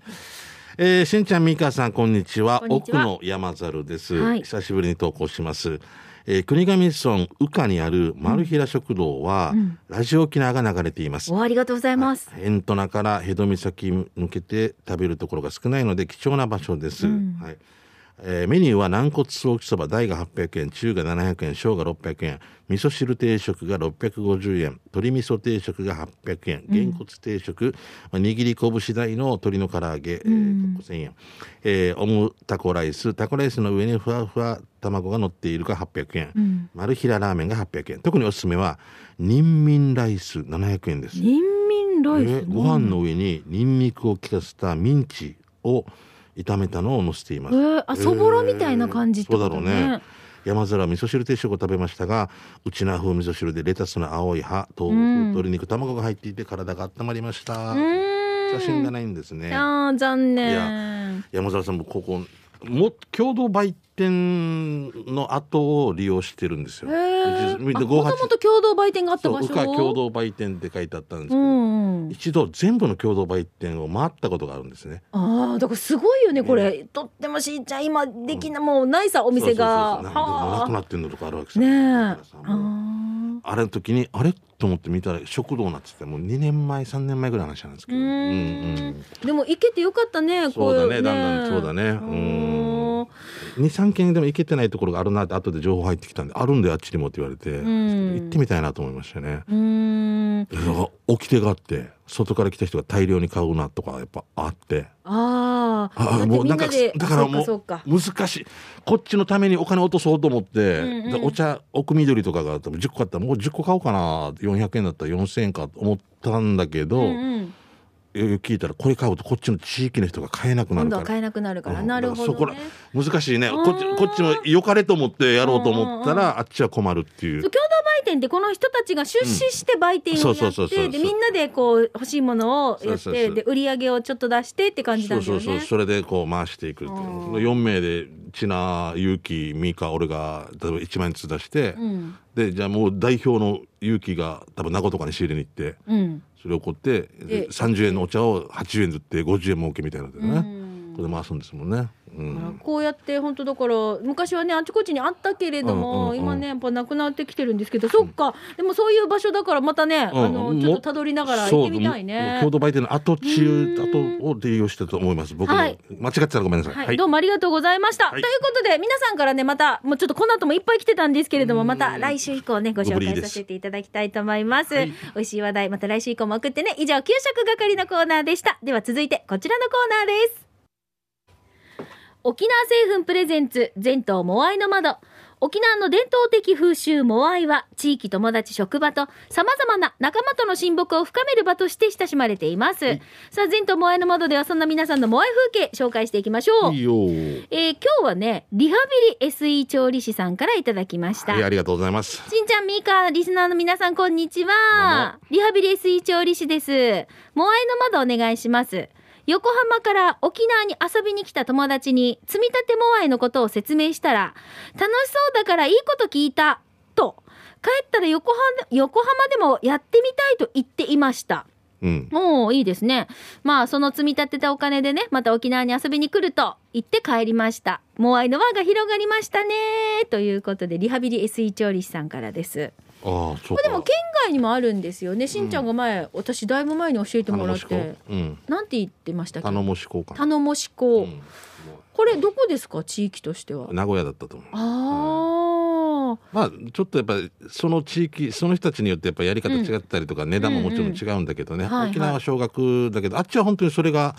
Speaker 2: えー、しんちゃん、みーかさん、こんにちは。
Speaker 1: こんにちは
Speaker 2: 奥野山猿です、
Speaker 1: はい
Speaker 2: 久しぶりに投稿します。えー、国頭村宇下にある丸平食堂は、ラジオ沖縄が流れています。
Speaker 1: お、ありがとうございます。
Speaker 2: 辺ントナから江戸岬抜けて食べるところが少ないので貴重な場所です、はいえーメニューは軟骨ソーキそば大が800円中が700円小が600円味噌汁定食が650円鶏味噌定食が800円げんこつ定食、まあ、握り拳大の鶏の唐揚げ、えーかっこ1000円、えーオムタコライスタコライスの上にふわふわ卵が乗っているが800円、丸平ラーメンが800円特におすすめは人民ライス700円です
Speaker 1: 人民ライ
Speaker 2: え
Speaker 1: ス
Speaker 2: ご飯の上にニンニクを効かせたミンチを炒めたのを乗せています、
Speaker 1: えーあそぼろみたいな感じってことね
Speaker 2: そうだろうね山皿味噌汁定食を食べましたがうちな風味噌汁でレタスの青い葉豆腐、鶏肉卵が入っていて体が温まりました、
Speaker 1: うーん。
Speaker 2: 写真がないんですね
Speaker 1: あー残
Speaker 2: い
Speaker 1: 念。
Speaker 2: 山皿さんもここも共同売店の後を利用してるんですよ。
Speaker 1: へえ。
Speaker 2: みんな
Speaker 1: あ
Speaker 2: 58
Speaker 1: もともと共同売店があった
Speaker 2: そう
Speaker 1: 場
Speaker 2: 宇
Speaker 1: 所。
Speaker 2: 賀共同売店って書いてあったんですけ
Speaker 1: う
Speaker 2: ど、
Speaker 1: んうん。
Speaker 2: 一度全部の共同売店を回ったことがあるんですね。
Speaker 1: ああ、だからすごいよね、これ。とってもしーちゃん、今できな、もうないさ、お店が。
Speaker 2: そうそうそうそうなんでもなくな
Speaker 1: は
Speaker 2: ってんのとかあるわけ
Speaker 1: あ。
Speaker 2: さ
Speaker 1: ねえ。あ
Speaker 2: だからさもう
Speaker 1: あ。
Speaker 2: あれの時にあれと思って見たら食堂になっててもう2年前3年前ぐらいの話なんですけ
Speaker 1: う
Speaker 2: ど
Speaker 1: ー
Speaker 2: うん
Speaker 1: ん。でも、行けてよかったね、こ
Speaker 2: そ
Speaker 1: い
Speaker 2: ううだ
Speaker 1: う。
Speaker 2: ねだんだんそうだねうん23軒でも行けてないところがあるなって後で情報入ってきたんであるんだよあっちにもって言われて、
Speaker 1: ん
Speaker 2: 行ってみたいなと思いましたね。
Speaker 1: うーん。
Speaker 2: いやだから掟があって外から来た人が大量に買うなとかやっぱあって
Speaker 1: ああ。だ
Speaker 2: あ
Speaker 1: って
Speaker 2: もうなんか
Speaker 1: みで
Speaker 2: だからも
Speaker 1: そううか。そうか
Speaker 2: 難しいこっちのためにお金落とそうと思って、
Speaker 1: うんうん
Speaker 2: でお茶奥緑とかが多分10個あったらもう10個買おうかな400円だったら4000円かと思ったんだけど、
Speaker 1: うんうん
Speaker 2: えー聞いたらこれ買うとこっちの地域の人が買えなくな
Speaker 1: 今
Speaker 2: る
Speaker 1: 度
Speaker 2: か
Speaker 1: は
Speaker 2: ら。
Speaker 1: 買えなくなるから。
Speaker 2: うん
Speaker 1: なるほどね
Speaker 2: だか。らそこら難しいね
Speaker 1: うん
Speaker 2: こっちこっちも良かれと思ってやろうと思ったらあっちは困るってい
Speaker 1: そうう共同売店ってこの人たちが出資して売店
Speaker 2: そ
Speaker 1: を
Speaker 2: うそ
Speaker 1: や
Speaker 2: うそう
Speaker 1: っ
Speaker 2: そうそ
Speaker 1: て
Speaker 2: う
Speaker 1: でみんなでこう欲しいものをや
Speaker 2: そ
Speaker 1: っ
Speaker 2: うそうそ
Speaker 1: て
Speaker 2: う
Speaker 1: で売り上げをちょっと出してって感じな
Speaker 2: そ
Speaker 1: ん
Speaker 2: う
Speaker 1: だ
Speaker 2: そ
Speaker 1: よ
Speaker 2: うそう
Speaker 1: ね。
Speaker 2: それでこう回していくっていう
Speaker 1: うん
Speaker 2: 4名でちなゆうきみか俺が例えば1万円ずつ出して、
Speaker 1: うん
Speaker 2: でじゃあもう代表のゆうきが多分名護とかに仕入れに行って
Speaker 1: うん
Speaker 2: それをこって
Speaker 1: え
Speaker 2: 30円のお茶を8円ずって50円儲けみたいなので
Speaker 1: う
Speaker 2: ね、
Speaker 1: ん
Speaker 2: これ回すんですもんね。う
Speaker 1: だから
Speaker 2: ん
Speaker 1: こうやって本当だから昔はねあちこちにあったけれども、
Speaker 2: うんうんうん
Speaker 1: 今ねやっぱなくなってきてるんですけど、そっかでもそういう場所だからまたね、あ
Speaker 2: う
Speaker 1: の
Speaker 2: ん
Speaker 1: ちょっと辿りながら行ってみたい
Speaker 2: そうもう
Speaker 1: ね
Speaker 2: 共。同売店の後治癒
Speaker 1: うん
Speaker 2: 後を利用してたと思います。僕も、
Speaker 1: はい
Speaker 2: 間違ってたらごめんなさい。
Speaker 1: はい、どうもありがとうございました。
Speaker 2: はい
Speaker 1: ということで、皆さんからね、また、もうちょっとこの後もいっぱい来てたんですけれども、
Speaker 2: うん
Speaker 1: また来週以降ね、ご紹
Speaker 2: ご無理
Speaker 1: 介
Speaker 2: で
Speaker 1: さ
Speaker 2: す
Speaker 1: せていただきたいと思います。
Speaker 2: は
Speaker 1: 美
Speaker 2: い
Speaker 1: 味しい話題、また来週以降も送ってね。以上、給食係のコーナーでした。では続いて、こちらのコーナーです。沖縄製粉プレゼンツ、全島モアイの窓。沖縄の伝統的風習モアイは地域友達職場と様々な仲間との親睦を深める場として親しまれています、
Speaker 2: はい
Speaker 1: さあ全島モアイの窓ではそんな皆さんのモアイ風景紹介していきましょう
Speaker 2: いいよ。
Speaker 1: えー今日はねリハビリ SE 調理師さんからいただきました、
Speaker 2: はい、ありがとうございます。
Speaker 1: しんちゃんみーかリスナーの皆さんこんにちはリハビリ SE 調理師ですモアイの窓お願いします横浜から沖縄に遊びに来た友達に積み立てモアイのことを説明したら楽しそうだからいいこと聞いたと帰ったら横浜横浜でもやってみたいと言っていました
Speaker 2: うん。
Speaker 1: おおいいですねまあその積み立てたお金でねまた沖縄に遊びに来ると言って帰りましたモアイの輪が広がりましたねということでリハビリ SE 調理師さんからです
Speaker 2: ああ、そ
Speaker 1: こ
Speaker 2: うか。
Speaker 1: れでも県外にもあるんですよねしんちゃんが前、私だいぶ前に教えてもらっ
Speaker 2: 頼も
Speaker 1: て
Speaker 2: しこうん。
Speaker 1: なんて言ってましたっけ
Speaker 2: 頼もしこうかな。
Speaker 1: 頼もしこ、
Speaker 2: うん
Speaker 1: これどこですか地域としては
Speaker 2: 名古屋だったと思
Speaker 1: あ
Speaker 2: う。
Speaker 1: あ
Speaker 2: まあ、ちょっとやっぱりその地域、その人たちによってやっぱやり方違ったりとか、値段ももちろん違うんだけどね。
Speaker 1: うんうんはいはい
Speaker 2: 沖縄は少額だけど、あっちは本当にそれが、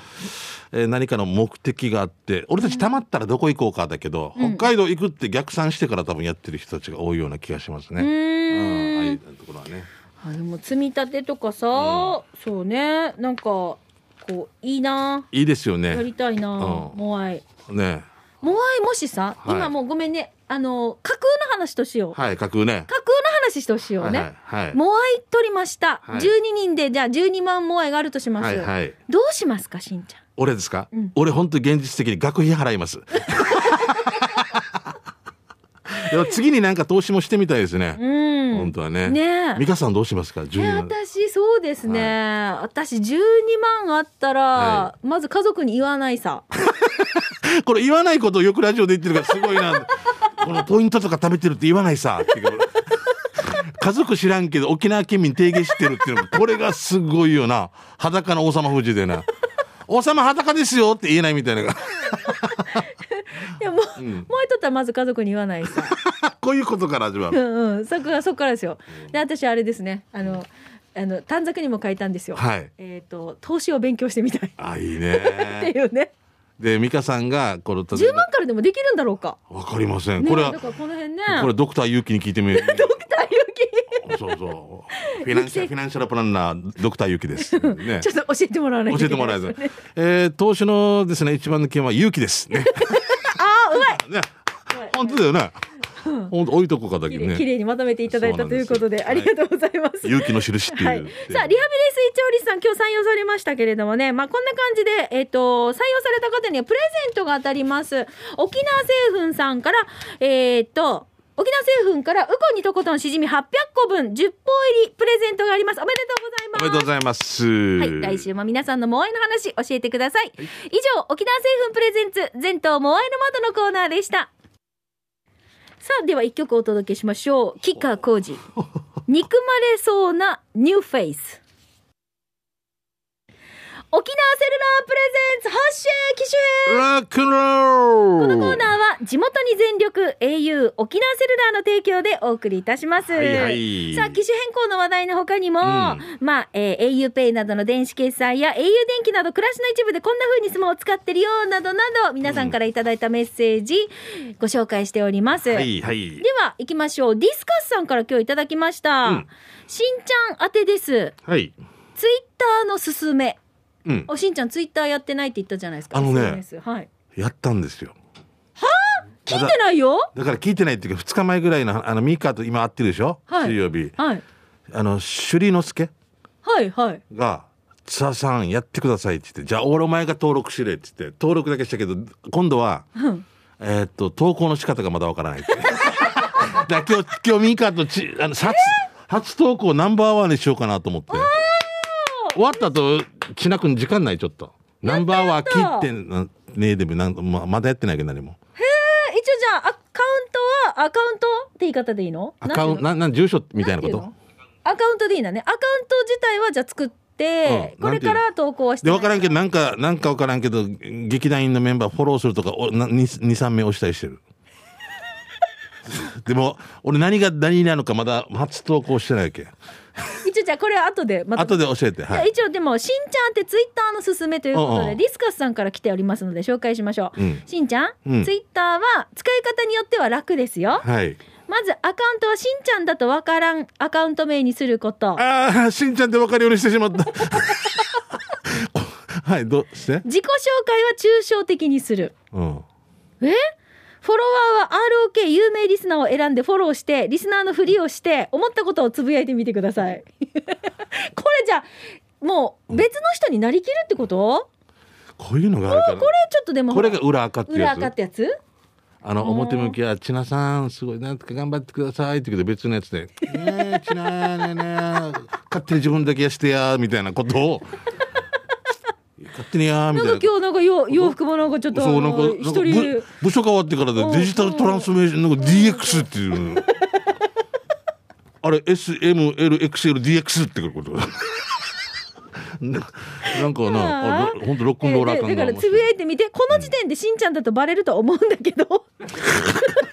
Speaker 2: えー何かの目的があって、俺たち溜まったらどこ行こうかだけど、
Speaker 1: うん
Speaker 2: 北海道行くって逆算してから多分やってる人たちが多いような気がしま
Speaker 1: う
Speaker 2: すね。うん
Speaker 1: ーん
Speaker 2: ああいうところはね。
Speaker 1: あでも積み立てとかさ、そうねなんかこういいない
Speaker 2: いですよ
Speaker 1: や
Speaker 2: ね。
Speaker 1: りたいな、
Speaker 2: うん
Speaker 1: モアイ
Speaker 2: ね。
Speaker 1: モアイもしさ、
Speaker 2: はい
Speaker 1: 今もうごめんねあの架空の話としよう、
Speaker 2: はい、架空ね。
Speaker 1: 架空の話としようね、
Speaker 2: はいはいはい。
Speaker 1: モアイ取りました、
Speaker 2: は
Speaker 1: 12
Speaker 2: い
Speaker 1: 人でじゃあ12万モアイがあるとします、
Speaker 2: はいはい。
Speaker 1: どうしますかしんちゃん
Speaker 2: 俺ですか、
Speaker 1: うん
Speaker 2: 俺本当現実的に学費払います いや次になんか投資もしてみたいですね、
Speaker 1: うん
Speaker 2: 本当はね
Speaker 1: ねえ
Speaker 2: 美香さんどうしますか
Speaker 1: え
Speaker 2: 12万
Speaker 1: 私そうですね、私12万あったら、
Speaker 2: は
Speaker 1: まず家族に言わない さ
Speaker 2: これ言わないことをよくラジオで言ってるからすご いなこのポイントとか食べてるって言わないさっていう家族知らんけど沖縄県民提言してるっていうのもこれがすごいよな裸の王様夫人でな王様裸ですよって言えないみたいな
Speaker 1: いやもう、
Speaker 2: うん
Speaker 1: モアイ取ったらまず家族に言わない さ
Speaker 2: こういうことから始ま
Speaker 1: う
Speaker 2: る
Speaker 1: んうん、そこがそこからですよ。で私あれですねあのあの短冊にも書いたんですよ。
Speaker 2: はい
Speaker 1: えっ、と投資を勉強してみたいっ
Speaker 2: あい
Speaker 1: て
Speaker 2: いね
Speaker 1: いうね。
Speaker 2: で美香さんがこの
Speaker 1: 10万からでもできるんだろうか。
Speaker 2: わかりません。
Speaker 1: ね、
Speaker 2: これは、
Speaker 1: だからこの辺ね。
Speaker 2: これドクターユウキに聞いて みる。
Speaker 1: 大雪
Speaker 2: そうそう。フィナンシャル、フィナンシャルプランナー、ドクターユウ キです。ね。
Speaker 1: ちょっと教えてもらわない
Speaker 2: 教えてもらえず。えー、投資のですね、一番の件は勇気です。ね。
Speaker 1: ああうまい。
Speaker 2: ね
Speaker 1: うまい。
Speaker 2: 本当だよね。ほんと置いとこうかだけ
Speaker 1: 綺麗綺
Speaker 2: ね。
Speaker 1: 麗にまとめていただいたということで
Speaker 2: そう
Speaker 1: あ
Speaker 2: なんで
Speaker 1: り
Speaker 2: すよ
Speaker 1: がとうございます。
Speaker 2: 勇気の印っていう。
Speaker 1: はい、さあリハビリ水調理師さん今日採用されましたけれどもね、まあ、こんな感じで、えっと採用された方にはプレゼントが当たります沖縄製粉さんからえっと沖縄製粉からウコンにとことんしじみ800個分10本入りプレゼントがありますおめで
Speaker 2: お
Speaker 1: とうございます
Speaker 2: めでとうございま
Speaker 1: は
Speaker 2: す。
Speaker 1: い、来週も皆さんの萌えの話教えてください。以上、沖縄製粉プレゼンツ、全島萌えの窓のコーナーでした。さあ、では一曲お届けしましょう。吉川浩司。憎まれそうなニューフェイス。沖縄セルラープレゼンツ、発信機種編
Speaker 2: ラックンロー
Speaker 1: こ
Speaker 2: ル
Speaker 1: のコーナーは地元に全力 au 沖縄セルラーの提供でお送りいたします。
Speaker 2: はいはい
Speaker 1: さあ、機種変更の話題の他にも、まあ、えー、auPay などの電子決済や au 電気など暮らしの一部でこんな風にスマホを使ってるよなどなど皆さんからいただいたメッセージご紹介しております。
Speaker 2: はいはい
Speaker 1: で。は行きましょう。ディスカスさんから今日いただきました。
Speaker 2: うん
Speaker 1: しんちゃん宛てです。
Speaker 2: はい。
Speaker 1: ツイッターのすすめ。
Speaker 2: うん。
Speaker 1: おしんちゃんツイッターやってないって言ったじゃないですか。
Speaker 2: あのね
Speaker 1: SNS はい。
Speaker 2: やったんですよ。
Speaker 1: 聞いてないよ。
Speaker 2: だから聞いてないっていうか、2日前ぐらいの、あの、ミカと今会ってるでしょ
Speaker 1: はい
Speaker 2: 水曜日。
Speaker 1: はい。
Speaker 2: あの、朱里之助
Speaker 1: はい はい。
Speaker 2: が、ツアさんやってくださいって言って、じゃあ俺お前が登録しれって言って、登録だけしたけど、今度は、
Speaker 1: うん
Speaker 2: えーっと、投稿の仕方がまだわからないって。 だから今日、今日ミカとち、あの、初、初投稿ナンバーワンにしようかなと思って。終わった後、ちなくん時間ないちょっと。ナンバーワン切ってなねえでもなんままだやってないけど何も。
Speaker 1: え一応じゃあアカウントはアカウントって言い方でいいの
Speaker 2: アカウント、
Speaker 1: なん
Speaker 2: な、なん、住所み
Speaker 1: て
Speaker 2: た
Speaker 1: い
Speaker 2: いうな
Speaker 1: の
Speaker 2: こと
Speaker 1: アカウントでいいんだねアカウント自体はじゃあ作って、
Speaker 2: うん
Speaker 1: これから投稿はして
Speaker 2: で、
Speaker 1: ない
Speaker 2: わからんけど、なんか、なんかわからんけど、劇団員のメンバーフォローするとか、おな2、3名押したりしてる。 でも、俺何が何なのかまだ初投稿してないわけ。
Speaker 1: 一応じゃあこれは後でまた
Speaker 2: 後で教えて。はい
Speaker 1: や
Speaker 2: い。
Speaker 1: 一応でもしんちゃんってツイッターのすすめということ
Speaker 2: うんう
Speaker 1: で
Speaker 2: ん
Speaker 1: リスカスさんから来ておりますので紹介しましょう、
Speaker 2: うん
Speaker 1: しんちゃん、
Speaker 2: うん
Speaker 1: ツイッターは使い方によっては楽ですよ
Speaker 2: はい。
Speaker 1: まずアカウントはしんちゃんだとわからんアカウント名にすること
Speaker 2: ああ、しんちゃんって分かるようにしてしまった。 こはい、どうして
Speaker 1: 自己紹介は抽象的にする
Speaker 2: うん。
Speaker 1: えフォロワーは ROK 有名リスナーを選んでフォローしてリスナーのふりをして思ったことをつぶやいてみてください これじゃあもう別の人になりきるってこと、
Speaker 2: こういうのがあるから。
Speaker 1: これちょっとでも
Speaker 2: これが裏垢っていう
Speaker 1: 裏
Speaker 2: や
Speaker 1: 垢っ
Speaker 2: つ。
Speaker 1: てやつ
Speaker 2: あの、表向きは、ちなさん、すごい、なんとか頑張ってくださいって言うけど、別のやつで、ねえ、ちなねえねえ、勝手に自分だけやしてや、みたいなことを、勝手にや、み
Speaker 1: な
Speaker 2: た
Speaker 1: ん
Speaker 2: い
Speaker 1: か
Speaker 2: な。
Speaker 1: 今日なんかよ洋服もなんかちょっとあ
Speaker 2: そう、なんか、な
Speaker 1: の
Speaker 2: ん
Speaker 1: 一
Speaker 2: か
Speaker 1: 人いる
Speaker 2: 部部署変わってからで
Speaker 1: うん
Speaker 2: デジタルトランスフォーメーション、なんか DX っていう。あれ、SMLXLDX ってことななんかな、あほんとロックンローラー
Speaker 1: え
Speaker 2: 感
Speaker 1: だ
Speaker 2: が
Speaker 1: からつぶやいてみてこの時点でしんちゃんだとバレるとは思うんだけど そう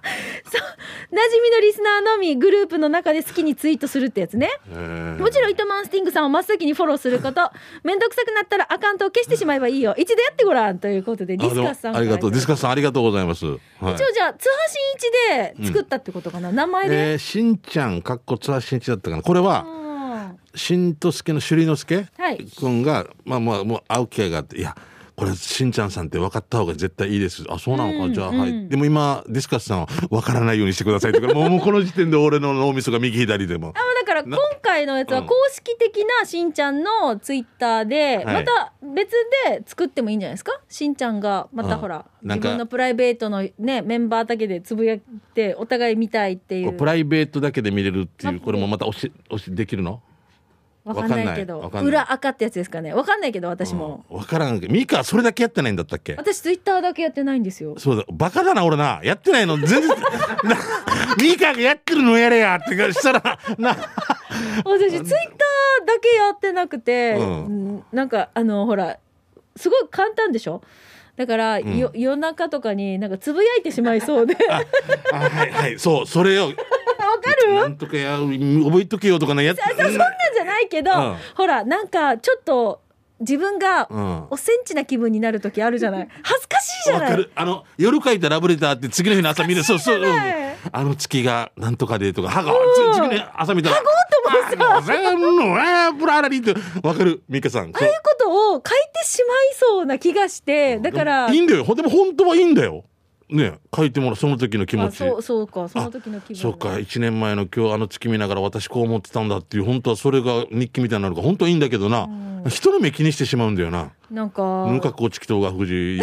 Speaker 1: 馴染みのリスナーのみグループの中で好きにツイートするってやつね
Speaker 2: えー
Speaker 1: もちろん糸満スティングさんを真っ先にフォローする こと面倒くさくなったらアカウントを消してしまえばいいよ一度やってごらんということでディ
Speaker 2: あ
Speaker 1: ス
Speaker 2: でも
Speaker 1: カスさん
Speaker 2: ありがとう。ディス
Speaker 1: カ
Speaker 2: カスさんありがとうございます。はい、
Speaker 1: 一応じゃあ津波新一で作ったってことかな、名前で、
Speaker 2: えー、しんちゃん、かっこつわしんいちだったかな。これ
Speaker 1: う
Speaker 2: は、
Speaker 1: ん
Speaker 2: しんとすけのしゅりのすけ
Speaker 1: はい
Speaker 2: くんが、まあまあ、もう会う機会があって、いや、これ、しんちゃんさんって分かった方が絶対いいです。あ、そうなのか。
Speaker 1: うん
Speaker 2: じゃあ、
Speaker 1: うん
Speaker 2: はい。でも今、ディスカスさんは分からないようにしてくださいとか、もう、もうこの時点で俺の脳みそが右左でも
Speaker 1: あ。だから今
Speaker 2: な
Speaker 1: 回のやつは
Speaker 2: うん
Speaker 1: 公式的なしんちゃんのツイッターで、
Speaker 2: はい
Speaker 1: また別で作ってもいいんじゃないですかしんちゃんがまた
Speaker 2: うん
Speaker 1: ほら、
Speaker 2: なん
Speaker 1: 自
Speaker 2: か
Speaker 1: 分のプライベートのねメンバーだけでつぶやいてお互い見たいってい
Speaker 2: こ
Speaker 1: う
Speaker 2: れプライベートだけで見れるっていう、
Speaker 1: あ
Speaker 2: これもまた押し、押し、できるの
Speaker 1: わかんないけど
Speaker 2: わかんない
Speaker 1: 裏垢ってやつですかねわかんないけど私も、
Speaker 2: うん分からんけど、ミカ、それだけやってないんだったっけ
Speaker 1: 私ツイッターだけやってないんですよ
Speaker 2: そうだ、バカだな、俺な。やってないの、全然。な ミカがやってるのやれやってしたら、な、
Speaker 1: 私ツイッターだけやってなくて、
Speaker 2: うん
Speaker 1: うんなんかあのほらすごい簡単でしょだから、
Speaker 2: ん
Speaker 1: よ夜中とかになんかつぶやいてしまいそうで わ
Speaker 2: あはいはい、そう、それを、
Speaker 1: かる
Speaker 2: なんとかや、覚えとけよとかな、やっ
Speaker 1: あそうそんなんじゃないけど、
Speaker 2: うん
Speaker 1: ほらなんかちょっと自分が
Speaker 2: うん
Speaker 1: おセンチな気分になる時あるじゃ ない恥ずかしいじゃ
Speaker 2: わ
Speaker 1: ない
Speaker 2: かる。あの、夜書いたラブレターって次の日の朝見る、そうそう、うん
Speaker 1: ない
Speaker 2: あの月がなんとかでとか、歯が、つ次の日朝見たら、歯ごともさ、全の、えー、ブララリーって、わかる、ミカさん。
Speaker 1: ああいうことを書いてしまいそうな気がしてだから
Speaker 2: いいんだよ。ほんでも本当はいいんだよ。ね書いてもらうその時の気持
Speaker 1: あ
Speaker 2: ち
Speaker 1: そうそうかその時の気分
Speaker 2: そうか1年前の今日あの月見ながら私こう思ってたんだっていう本当はそれが日記みたいになるから本当はいいんだけどな、
Speaker 1: うん
Speaker 2: 人の目気にしてしまうんだよな
Speaker 1: なんか
Speaker 2: 無格好地球が富士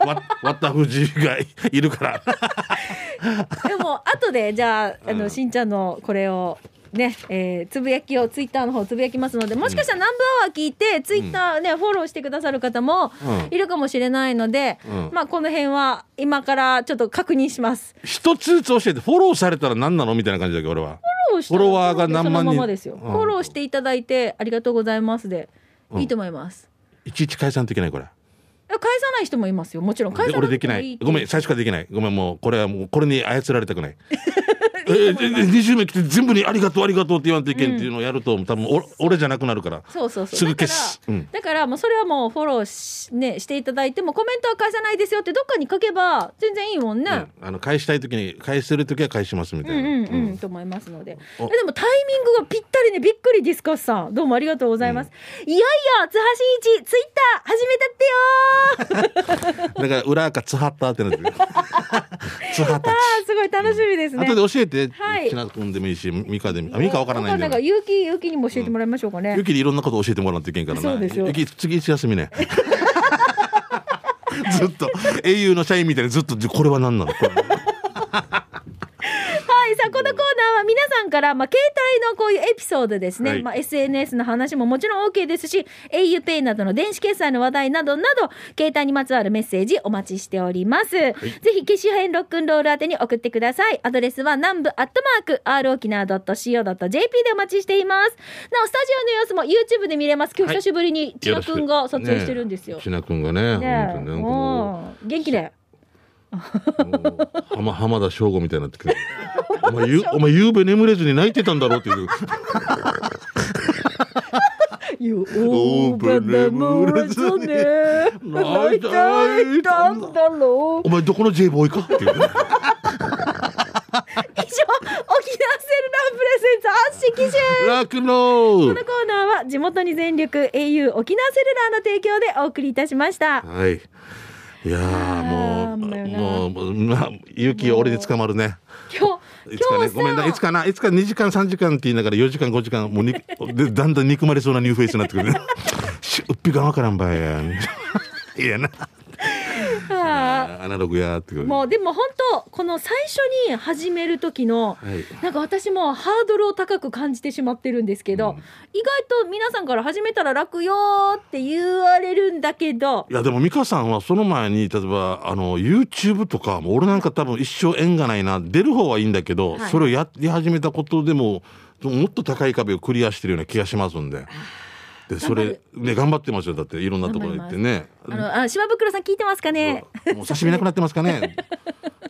Speaker 2: わわわった富士がいるか ら
Speaker 1: でも後でじゃああの、
Speaker 2: うん
Speaker 1: しんちゃんのこれをね、えーつぶやきをツイッターの方つぶやきますのでもしかしたら南部アワー聞いて、ツイッターねフォローしてくださる方も
Speaker 2: うん
Speaker 1: いるかもしれないので、
Speaker 2: うん
Speaker 1: まあこの辺は今からちょっと確認します。
Speaker 2: 一つずつ教えてフォローされたら何なのみたいな感じだけど俺は
Speaker 1: フォローしたら
Speaker 2: フォロワーが何万人
Speaker 1: そのままですよ、
Speaker 2: うん
Speaker 1: フォローしていただいてありがとうございますで、
Speaker 2: うん
Speaker 1: いいと思います。
Speaker 2: いちいち解散できないこれ
Speaker 1: 返さない人もいますよもちろん返
Speaker 2: で
Speaker 1: さ
Speaker 2: 俺
Speaker 1: な
Speaker 2: で
Speaker 1: く
Speaker 2: き
Speaker 1: て
Speaker 2: な
Speaker 1: もいい
Speaker 2: い
Speaker 1: って
Speaker 2: ごめん最初からできないごめんもうこれはもうこれに操られた くないえ
Speaker 1: いい
Speaker 2: え
Speaker 1: と思います
Speaker 2: 20名来て全部に「ありがとうありがとう」って言わんといけんっていうのをやると、多分お俺じゃなくなるから
Speaker 1: そうそうそう
Speaker 2: すぐ消す
Speaker 1: だから,、
Speaker 2: うん
Speaker 1: だからもうそれはもうフォローし,、ね、していただいてもコメントは返さないですよってどっかに書けば全然いいもんね、
Speaker 2: うんあの返したい時に返せる時は返しますみ
Speaker 1: う
Speaker 2: た
Speaker 1: ん
Speaker 2: いな、
Speaker 1: うんうん、
Speaker 2: うん
Speaker 1: と思いますのでえ
Speaker 2: お
Speaker 1: でもタイミングがぴったりねびっくりディスカスさんどうもありがとうございます、いよいよ津波真一ツイッター始めたってよー
Speaker 2: だから裏かつはったってなって るつはった
Speaker 1: あーすごい楽しみですね
Speaker 2: 後で教えて、
Speaker 1: はい
Speaker 2: ちなくんでもいいしミカでもあミカわからないんだ
Speaker 1: なんか
Speaker 2: よ
Speaker 1: ゆうきゆうきにも教えてもらいましょうかね、
Speaker 2: ゆきにいろんなこと教えてもらわないといけんからな
Speaker 1: そうですよ
Speaker 2: ゆき次いつ休みね ずっと英雄の社員みたいにずっとこれは何なのこれ
Speaker 1: はい、さあ、このコーナーは皆さんから、まあ、携帯のこういうエピソードですね、
Speaker 2: はい
Speaker 1: まあ、SNS の話ももちろん OK ですし、auPay などの電子決済の話題などなど、携帯にまつわるメッセージお待ちしております。ぜひ、機種編ロックンロール宛てに送ってください。アドレスは南部アットマーク、r 沖縄 .co.jp でお待ちしています。なお、スタジオの様子も YouTube で見れます。今日久しぶりに千葉くんが撮影してるんですよ。
Speaker 2: ちなくんがね
Speaker 1: ね
Speaker 2: 本当
Speaker 1: え、
Speaker 2: にねも
Speaker 1: もう元気で。
Speaker 2: うもう浜浜田省吾みたいになってくるお前 ゆお前ゆうべ眠れずに泣いてたんだろうっていう
Speaker 1: You
Speaker 2: open the moon
Speaker 1: ね。
Speaker 2: 泣いていたん
Speaker 1: だろ
Speaker 2: お前どこの J ボーイかっていう
Speaker 1: 以上、沖縄セルラープレゼンツ発信基準
Speaker 2: 楽
Speaker 1: こ
Speaker 2: の
Speaker 1: のコーナーは地元に全力 au 沖縄セルラーの提供でお送りいたしました。
Speaker 2: はい。いやー
Speaker 1: あー
Speaker 2: も
Speaker 1: もう
Speaker 2: うもうまあ勇気俺で捕まるね。
Speaker 1: 今日、
Speaker 2: いつか
Speaker 1: 今
Speaker 2: ね
Speaker 1: 日
Speaker 2: ごめんな
Speaker 1: さ、
Speaker 2: いつかないつか2時間3時間って言いながら4時間5時間もうに でだんだん憎まれそうなニューフェイスになってくるね。 しうっぴがわからん ばいや。いやな
Speaker 1: あ
Speaker 2: アナログやーってく
Speaker 1: ー
Speaker 2: る。
Speaker 1: も
Speaker 2: は
Speaker 1: うでも本当、この最初に始める時の、
Speaker 2: い。
Speaker 1: なんか私もハードルを高く感じてしまってるんですけど、
Speaker 2: うん
Speaker 1: 意外と皆さんから始めたら楽よーって言われるんだけど、
Speaker 2: いやでも美香さんはその前に例えばあの YouTube とかもう俺なんか多分一生縁がないな出る方はいいんだけど、
Speaker 1: はい
Speaker 2: それをやり始めたことでももっと高い壁をクリアしてるような気がしますんででそれね頑張ってますよだっていろんなところ行ってね
Speaker 1: あの、あ、島袋さん聞いてますかね。
Speaker 2: もう刺身なくなってます かね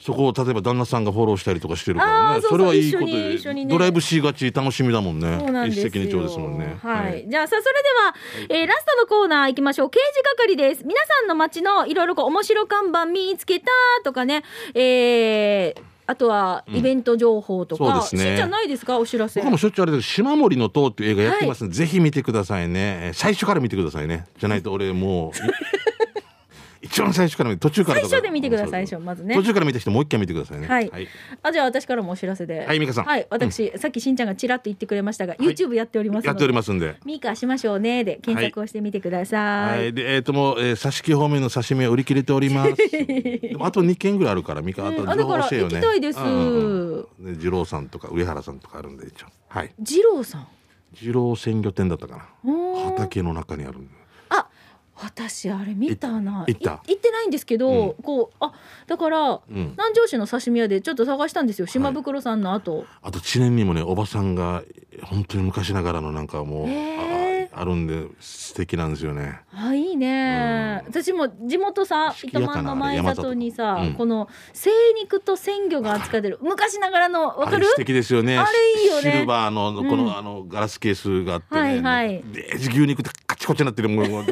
Speaker 2: そこを例えば旦那さんがフォローしたりとかしてるか
Speaker 1: あ
Speaker 2: ら
Speaker 1: ー
Speaker 2: ね
Speaker 1: そうそう
Speaker 2: それはいいこと
Speaker 1: 一緒に
Speaker 2: で、
Speaker 1: 一緒にね
Speaker 2: ドライブしがち楽しみだもんね
Speaker 1: そうなんです
Speaker 2: 一
Speaker 1: よ。
Speaker 2: 石二鳥ですもんね
Speaker 1: はい。じゃあさあ、それでは、えーラストのコーナー行きましょう。刑事係です。皆さんの街のいろいろこう面白看板見つけたとかね、えーあとはイベント情報とか、
Speaker 2: うんそうですね
Speaker 1: しんちゃんないですかお知らせ。
Speaker 2: 僕もしょっちゅうあれだけど「島森の塔」っていう映画やってますんで、ぜひ見てくださいねえー最初から見てくださいねじゃな いと俺もう 一番最初から見て途中からとか
Speaker 1: 最初で見てください
Speaker 2: うん
Speaker 1: 最初まずね
Speaker 2: 途中から見た人もう一回見てくださいね
Speaker 1: はい
Speaker 2: はい、
Speaker 1: あ、じゃあ私からもお知らせで。
Speaker 2: はい美香さん
Speaker 1: はい。私、さっきしんちゃんがちらっと言ってくれましたが、YouTube やっておりますので。
Speaker 2: やっておりますんで
Speaker 1: ミーカーしましょうねで検索をしてみてくださ。
Speaker 2: はいい、で、えっ、と、もう、えー、刺身方面の刺身は売り切れてお ります。でもあと二件ぐらいあるから、みか、あと
Speaker 1: うんあだから行きたいです
Speaker 2: うんうんうんで二郎さんとか、上原さんとかあるんで、一応。はい。
Speaker 1: 二郎さん。
Speaker 2: 二郎鮮魚店だったかな。
Speaker 1: おー
Speaker 2: 畑の中にあるんで。
Speaker 1: あ私あれ見たな
Speaker 2: 行った
Speaker 1: い行ってないんですけど、こうあだから、
Speaker 2: ん
Speaker 1: 南城市の刺身屋でちょっと探したんですよ島袋さんの後、
Speaker 2: あと、知念にもね、おばさんが、本当に昔ながらの、なんかもう、
Speaker 1: へー
Speaker 2: ああるんで、素敵なんですよね。
Speaker 1: あいいね、私も地元さ
Speaker 2: 敷
Speaker 1: 糸
Speaker 2: 屋かな
Speaker 1: 満の前里にさ、
Speaker 2: 山里うん
Speaker 1: この精肉と鮮魚が扱ってる昔ながらのわか
Speaker 2: あ
Speaker 1: る
Speaker 2: れ素敵ですよね。
Speaker 1: あれいいよね
Speaker 2: シルバーの、この、
Speaker 1: うん
Speaker 2: あの、ガラスケースがあってね。
Speaker 1: はいはい
Speaker 2: で、牛肉ってカチコチになって るもん。もう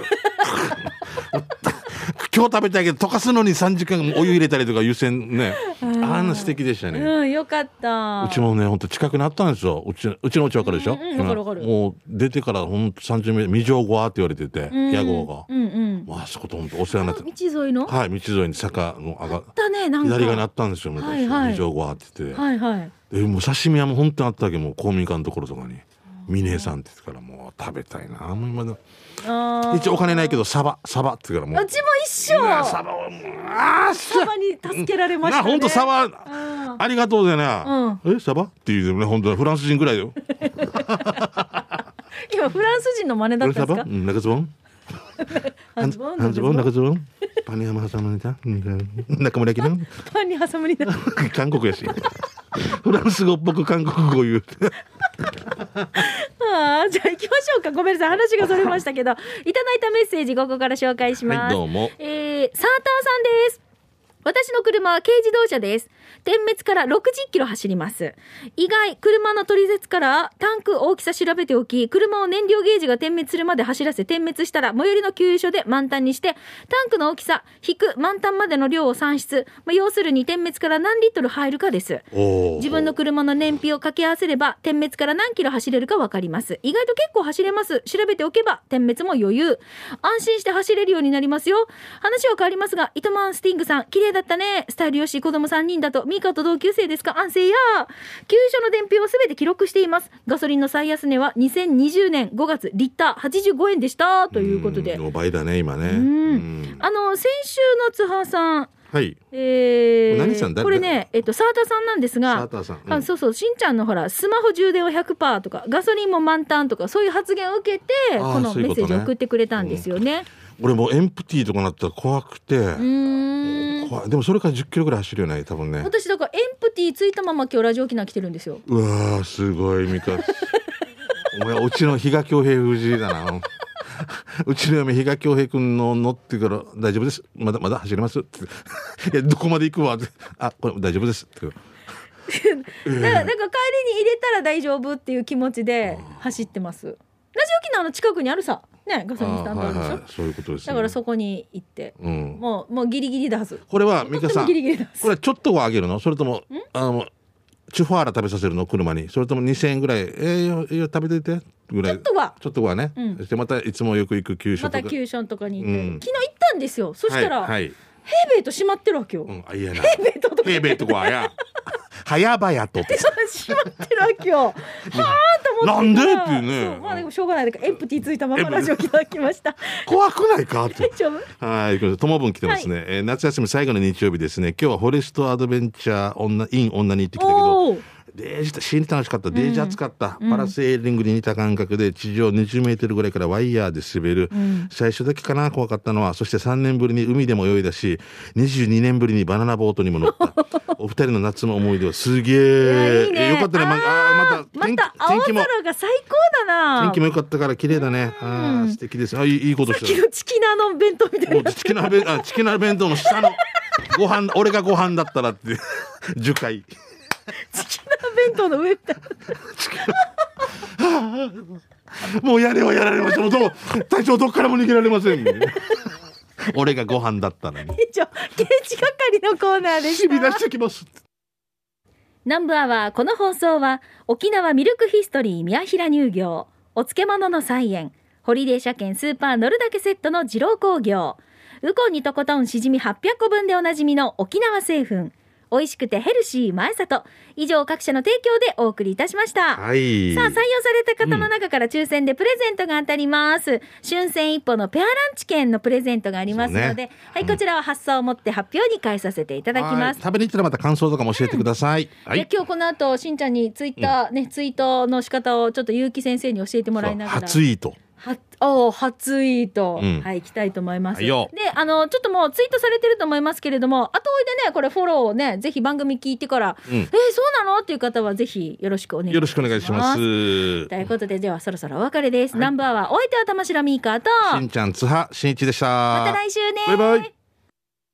Speaker 2: 今日食べたいけど溶かすのに3時間お湯入れたりとか湯煎ねあんな素敵でしたね、
Speaker 1: うん、よかった。
Speaker 2: うちもね、本当近くなったんですよ。うち、うちのうちわかるでしょ、
Speaker 1: うんうんわかるわかる
Speaker 2: もう出てからほんと30名、未上後はって言われてて、
Speaker 1: うん、
Speaker 2: 屋号が。
Speaker 1: うんうん。
Speaker 2: まあ、あそこと本当お世話になって、
Speaker 1: 道沿いの。
Speaker 2: はい、道沿いに坂の上が、
Speaker 1: だね、なんか。
Speaker 2: 左側にあったんですよ、昔。
Speaker 1: はいはい
Speaker 2: 未上後はって言って、
Speaker 1: はいはい。
Speaker 2: で、もう刺身屋も本当にあったわけ、もう公民館のところとかに。ミネさんって言ってからもう食べたいな、もう今だ。
Speaker 1: あー
Speaker 2: 一応お金ないけど、サバ、サバって言ってからも
Speaker 1: う
Speaker 2: う。
Speaker 1: ちも一緒。
Speaker 2: うわサバはもう、ああ、
Speaker 1: サバに助けられました、ね。
Speaker 2: な、本当サバ、
Speaker 1: うん。
Speaker 2: ありがとうだよな。え、サバっていうね、本当はフランス人ぐ らいだよ。
Speaker 1: 今フランス人の真似だっ
Speaker 2: 俺
Speaker 1: たん
Speaker 2: サ
Speaker 1: で
Speaker 2: バ
Speaker 1: すか
Speaker 2: う。ん中ズボン
Speaker 1: 半ズボン
Speaker 2: 半ズボン
Speaker 1: 半
Speaker 2: 中ズボンパニヤマ挟まれたうん中村明の
Speaker 1: パンに挟むになる。
Speaker 2: 韓国やし フランス語っぽく韓国語言う
Speaker 1: ああ、じゃあ行きましょうか。ごめんなさい。話がそれましたけど、いただいたメッセージここから紹介します。
Speaker 2: はいどうも
Speaker 1: えー、サーターさんです。私の車は軽自動車です。点滅から60キロ走ります。以外、車の取説からタンク大きさ調べておき、車を燃料ゲージが点滅するまで走らせ点滅したら、最寄りの給油所で満タンにして、タンクの大きさ、引く満タンまでの量を算出、まあ、要するに点滅から何リットル入るかです。
Speaker 2: おー
Speaker 1: 自分の車の燃費を掛け合わせれば点滅から何キロ走れるか分かります意外と結構走れます調べておけば点滅も余裕安心して走れるようになりますよ話は変わりますが糸満スティングさん綺麗だったねスタイルよし子供3人だとミカと同級生ですか安静や給油所の電費をすべて記録していますガソリンの最安値は2020年5月リッター85円でしたということで
Speaker 2: んお倍だね今ね
Speaker 1: ん
Speaker 2: うん
Speaker 1: あの先週の津波さん
Speaker 2: はい
Speaker 1: えー、
Speaker 2: 何さん誰
Speaker 1: これね、えっと、サータさんなんですが
Speaker 2: サーターさんうん
Speaker 1: あそうそうしんちゃんのほらスマホ充電を100%とかガソリンも満タンとかそういう発言を受けて
Speaker 2: あー
Speaker 1: この
Speaker 2: そうい
Speaker 1: メ
Speaker 2: う
Speaker 1: ッ
Speaker 2: こ
Speaker 1: セ
Speaker 2: とね
Speaker 1: ージを送ってくれたんですよね。
Speaker 2: 俺もうエンプティーとかなったら怖くて
Speaker 1: うーん
Speaker 2: 怖いでもそれから10キロぐらい走るよね多分ね
Speaker 1: 私だからエンプティーついたまま今日ラジオ沖縄来てるんですよ。
Speaker 2: うわーすごいミカお前うちの比嘉恭平藤井だなうちの嫁比嘉恭平君の乗ってから「大丈夫ですまだまだ走れます」 って「いやどこまで行くわ」って「あこれ大丈夫です」って
Speaker 1: だからなんか帰りに入れたら大丈夫っていう気持ちで走ってます。ラジオ沖縄の近くにあるさねガ
Speaker 2: あ
Speaker 1: ソリンスタ
Speaker 2: ー
Speaker 1: ンドある
Speaker 2: はい
Speaker 1: でしょ、
Speaker 2: はいそういうことです、ね、
Speaker 1: だからそこに行って
Speaker 2: うん、
Speaker 1: もうもうギリギリだはず。
Speaker 2: これは
Speaker 1: と
Speaker 2: 美
Speaker 1: って
Speaker 2: 香さ
Speaker 1: も
Speaker 2: ん
Speaker 1: ギリギリだはず。
Speaker 2: これはちょっとはあげるのそれともあのチュファーラ食べさせるの車にそれとも2,000円ぐらい「えー、よえーよ食べてて」ぐらい
Speaker 1: ちょっとは
Speaker 2: ちょっとはね、
Speaker 1: うん
Speaker 2: そしてまたいつもよく行く給
Speaker 1: ま
Speaker 2: 食
Speaker 1: た
Speaker 2: が
Speaker 1: キューションとかに行って、
Speaker 2: うん
Speaker 1: 昨日行ったんですよそしたら、
Speaker 2: はい、はい
Speaker 1: ヘイベイと閉まってるわけよ、
Speaker 2: う
Speaker 1: ヘ
Speaker 2: ん、あいやな
Speaker 1: イベイととか
Speaker 2: 平米とかや。早々と。
Speaker 1: 閉まってるわけ よはあと思って
Speaker 2: なんでっていうね
Speaker 1: そうまあでもしょうがないだからエンプティーついたままラジオ来ただきました
Speaker 2: 怖くないか
Speaker 1: 大
Speaker 2: と。
Speaker 1: 丈夫
Speaker 2: はい、ということでともぶん来てますね、えー夏休み最後の日曜日ですね。今日はフォレストアドベンチャー女、イン女に行ってきたけど、
Speaker 1: おー
Speaker 2: デージ、死に楽しかった、デージ暑かった、パラセーリングに似た感覚で地上20メートルぐらいからワイヤーで滑る。最初だけかな、怖かったのは、そして3年ぶりに海でも泳いだし、22年ぶりにバナナボートにも 乗った。お二人の夏の思い出はすげ
Speaker 1: いや
Speaker 2: え
Speaker 1: いいね
Speaker 2: よかったね、まあ
Speaker 1: あ
Speaker 2: ー
Speaker 1: ーまた
Speaker 2: また
Speaker 1: 青
Speaker 2: 天気も
Speaker 1: 空が最高だな
Speaker 2: 天気も良かったから綺麗だね。ああ素敵です。あいいいいこと
Speaker 1: 昨
Speaker 2: し
Speaker 1: 日チキナの弁当みた
Speaker 2: た。も
Speaker 1: いうな
Speaker 2: チキナベあチキナ弁当の下のご飯俺がご飯だったらって 樹海。
Speaker 1: チキナ弁当の上 みたいな
Speaker 2: もうやれはやられました。もうどう隊長どっからも逃げられません。俺がご飯だったらね。
Speaker 1: 以上刑事係のコーナーでし
Speaker 2: しび出
Speaker 1: た
Speaker 2: してきます。
Speaker 1: 南部アワーこの放送は沖縄ミルクヒストリー宮平乳業お漬物の菜園ホリデー車検スーパー乗るだけセットの二郎工業ウコンにとことんしじみ800個分でおなじみの沖縄製粉美味しくてヘルシー前里以上各社の提供でお送りいたしました、
Speaker 2: はい。
Speaker 1: さあ採用された方の中から抽選でプレゼントが当たります、春戦一歩のペアランチ券のプレゼントがありますので、
Speaker 2: そうね
Speaker 1: はいこちらは発送をもって発表に返させていただき
Speaker 2: は
Speaker 1: ま
Speaker 2: い
Speaker 1: す
Speaker 2: 食べに行ったらまた感想とかも教えてください。は
Speaker 1: で
Speaker 2: い。
Speaker 1: 今日この後しんちゃんにツイッター、ねツイートの仕方をちょっと結城先生に教えてもらいながら
Speaker 2: 初イート。
Speaker 1: はおー初イート、
Speaker 2: うん
Speaker 1: はい行きたいと思います、
Speaker 2: はいよ
Speaker 1: であのちょっともうツイートされてると思いますけれども後追いでねこれフォローをねぜひ番組聞いてから、
Speaker 2: うん
Speaker 1: えーそうなのっていう方はぜひよろしくお願いします
Speaker 2: よろしくお願いします。
Speaker 1: ということでではそろそろお別れです、ナンバーはお相手は玉城ミーカーと
Speaker 2: しんちゃん、つは、しんいちでした。
Speaker 1: また来週ね
Speaker 2: バイバイ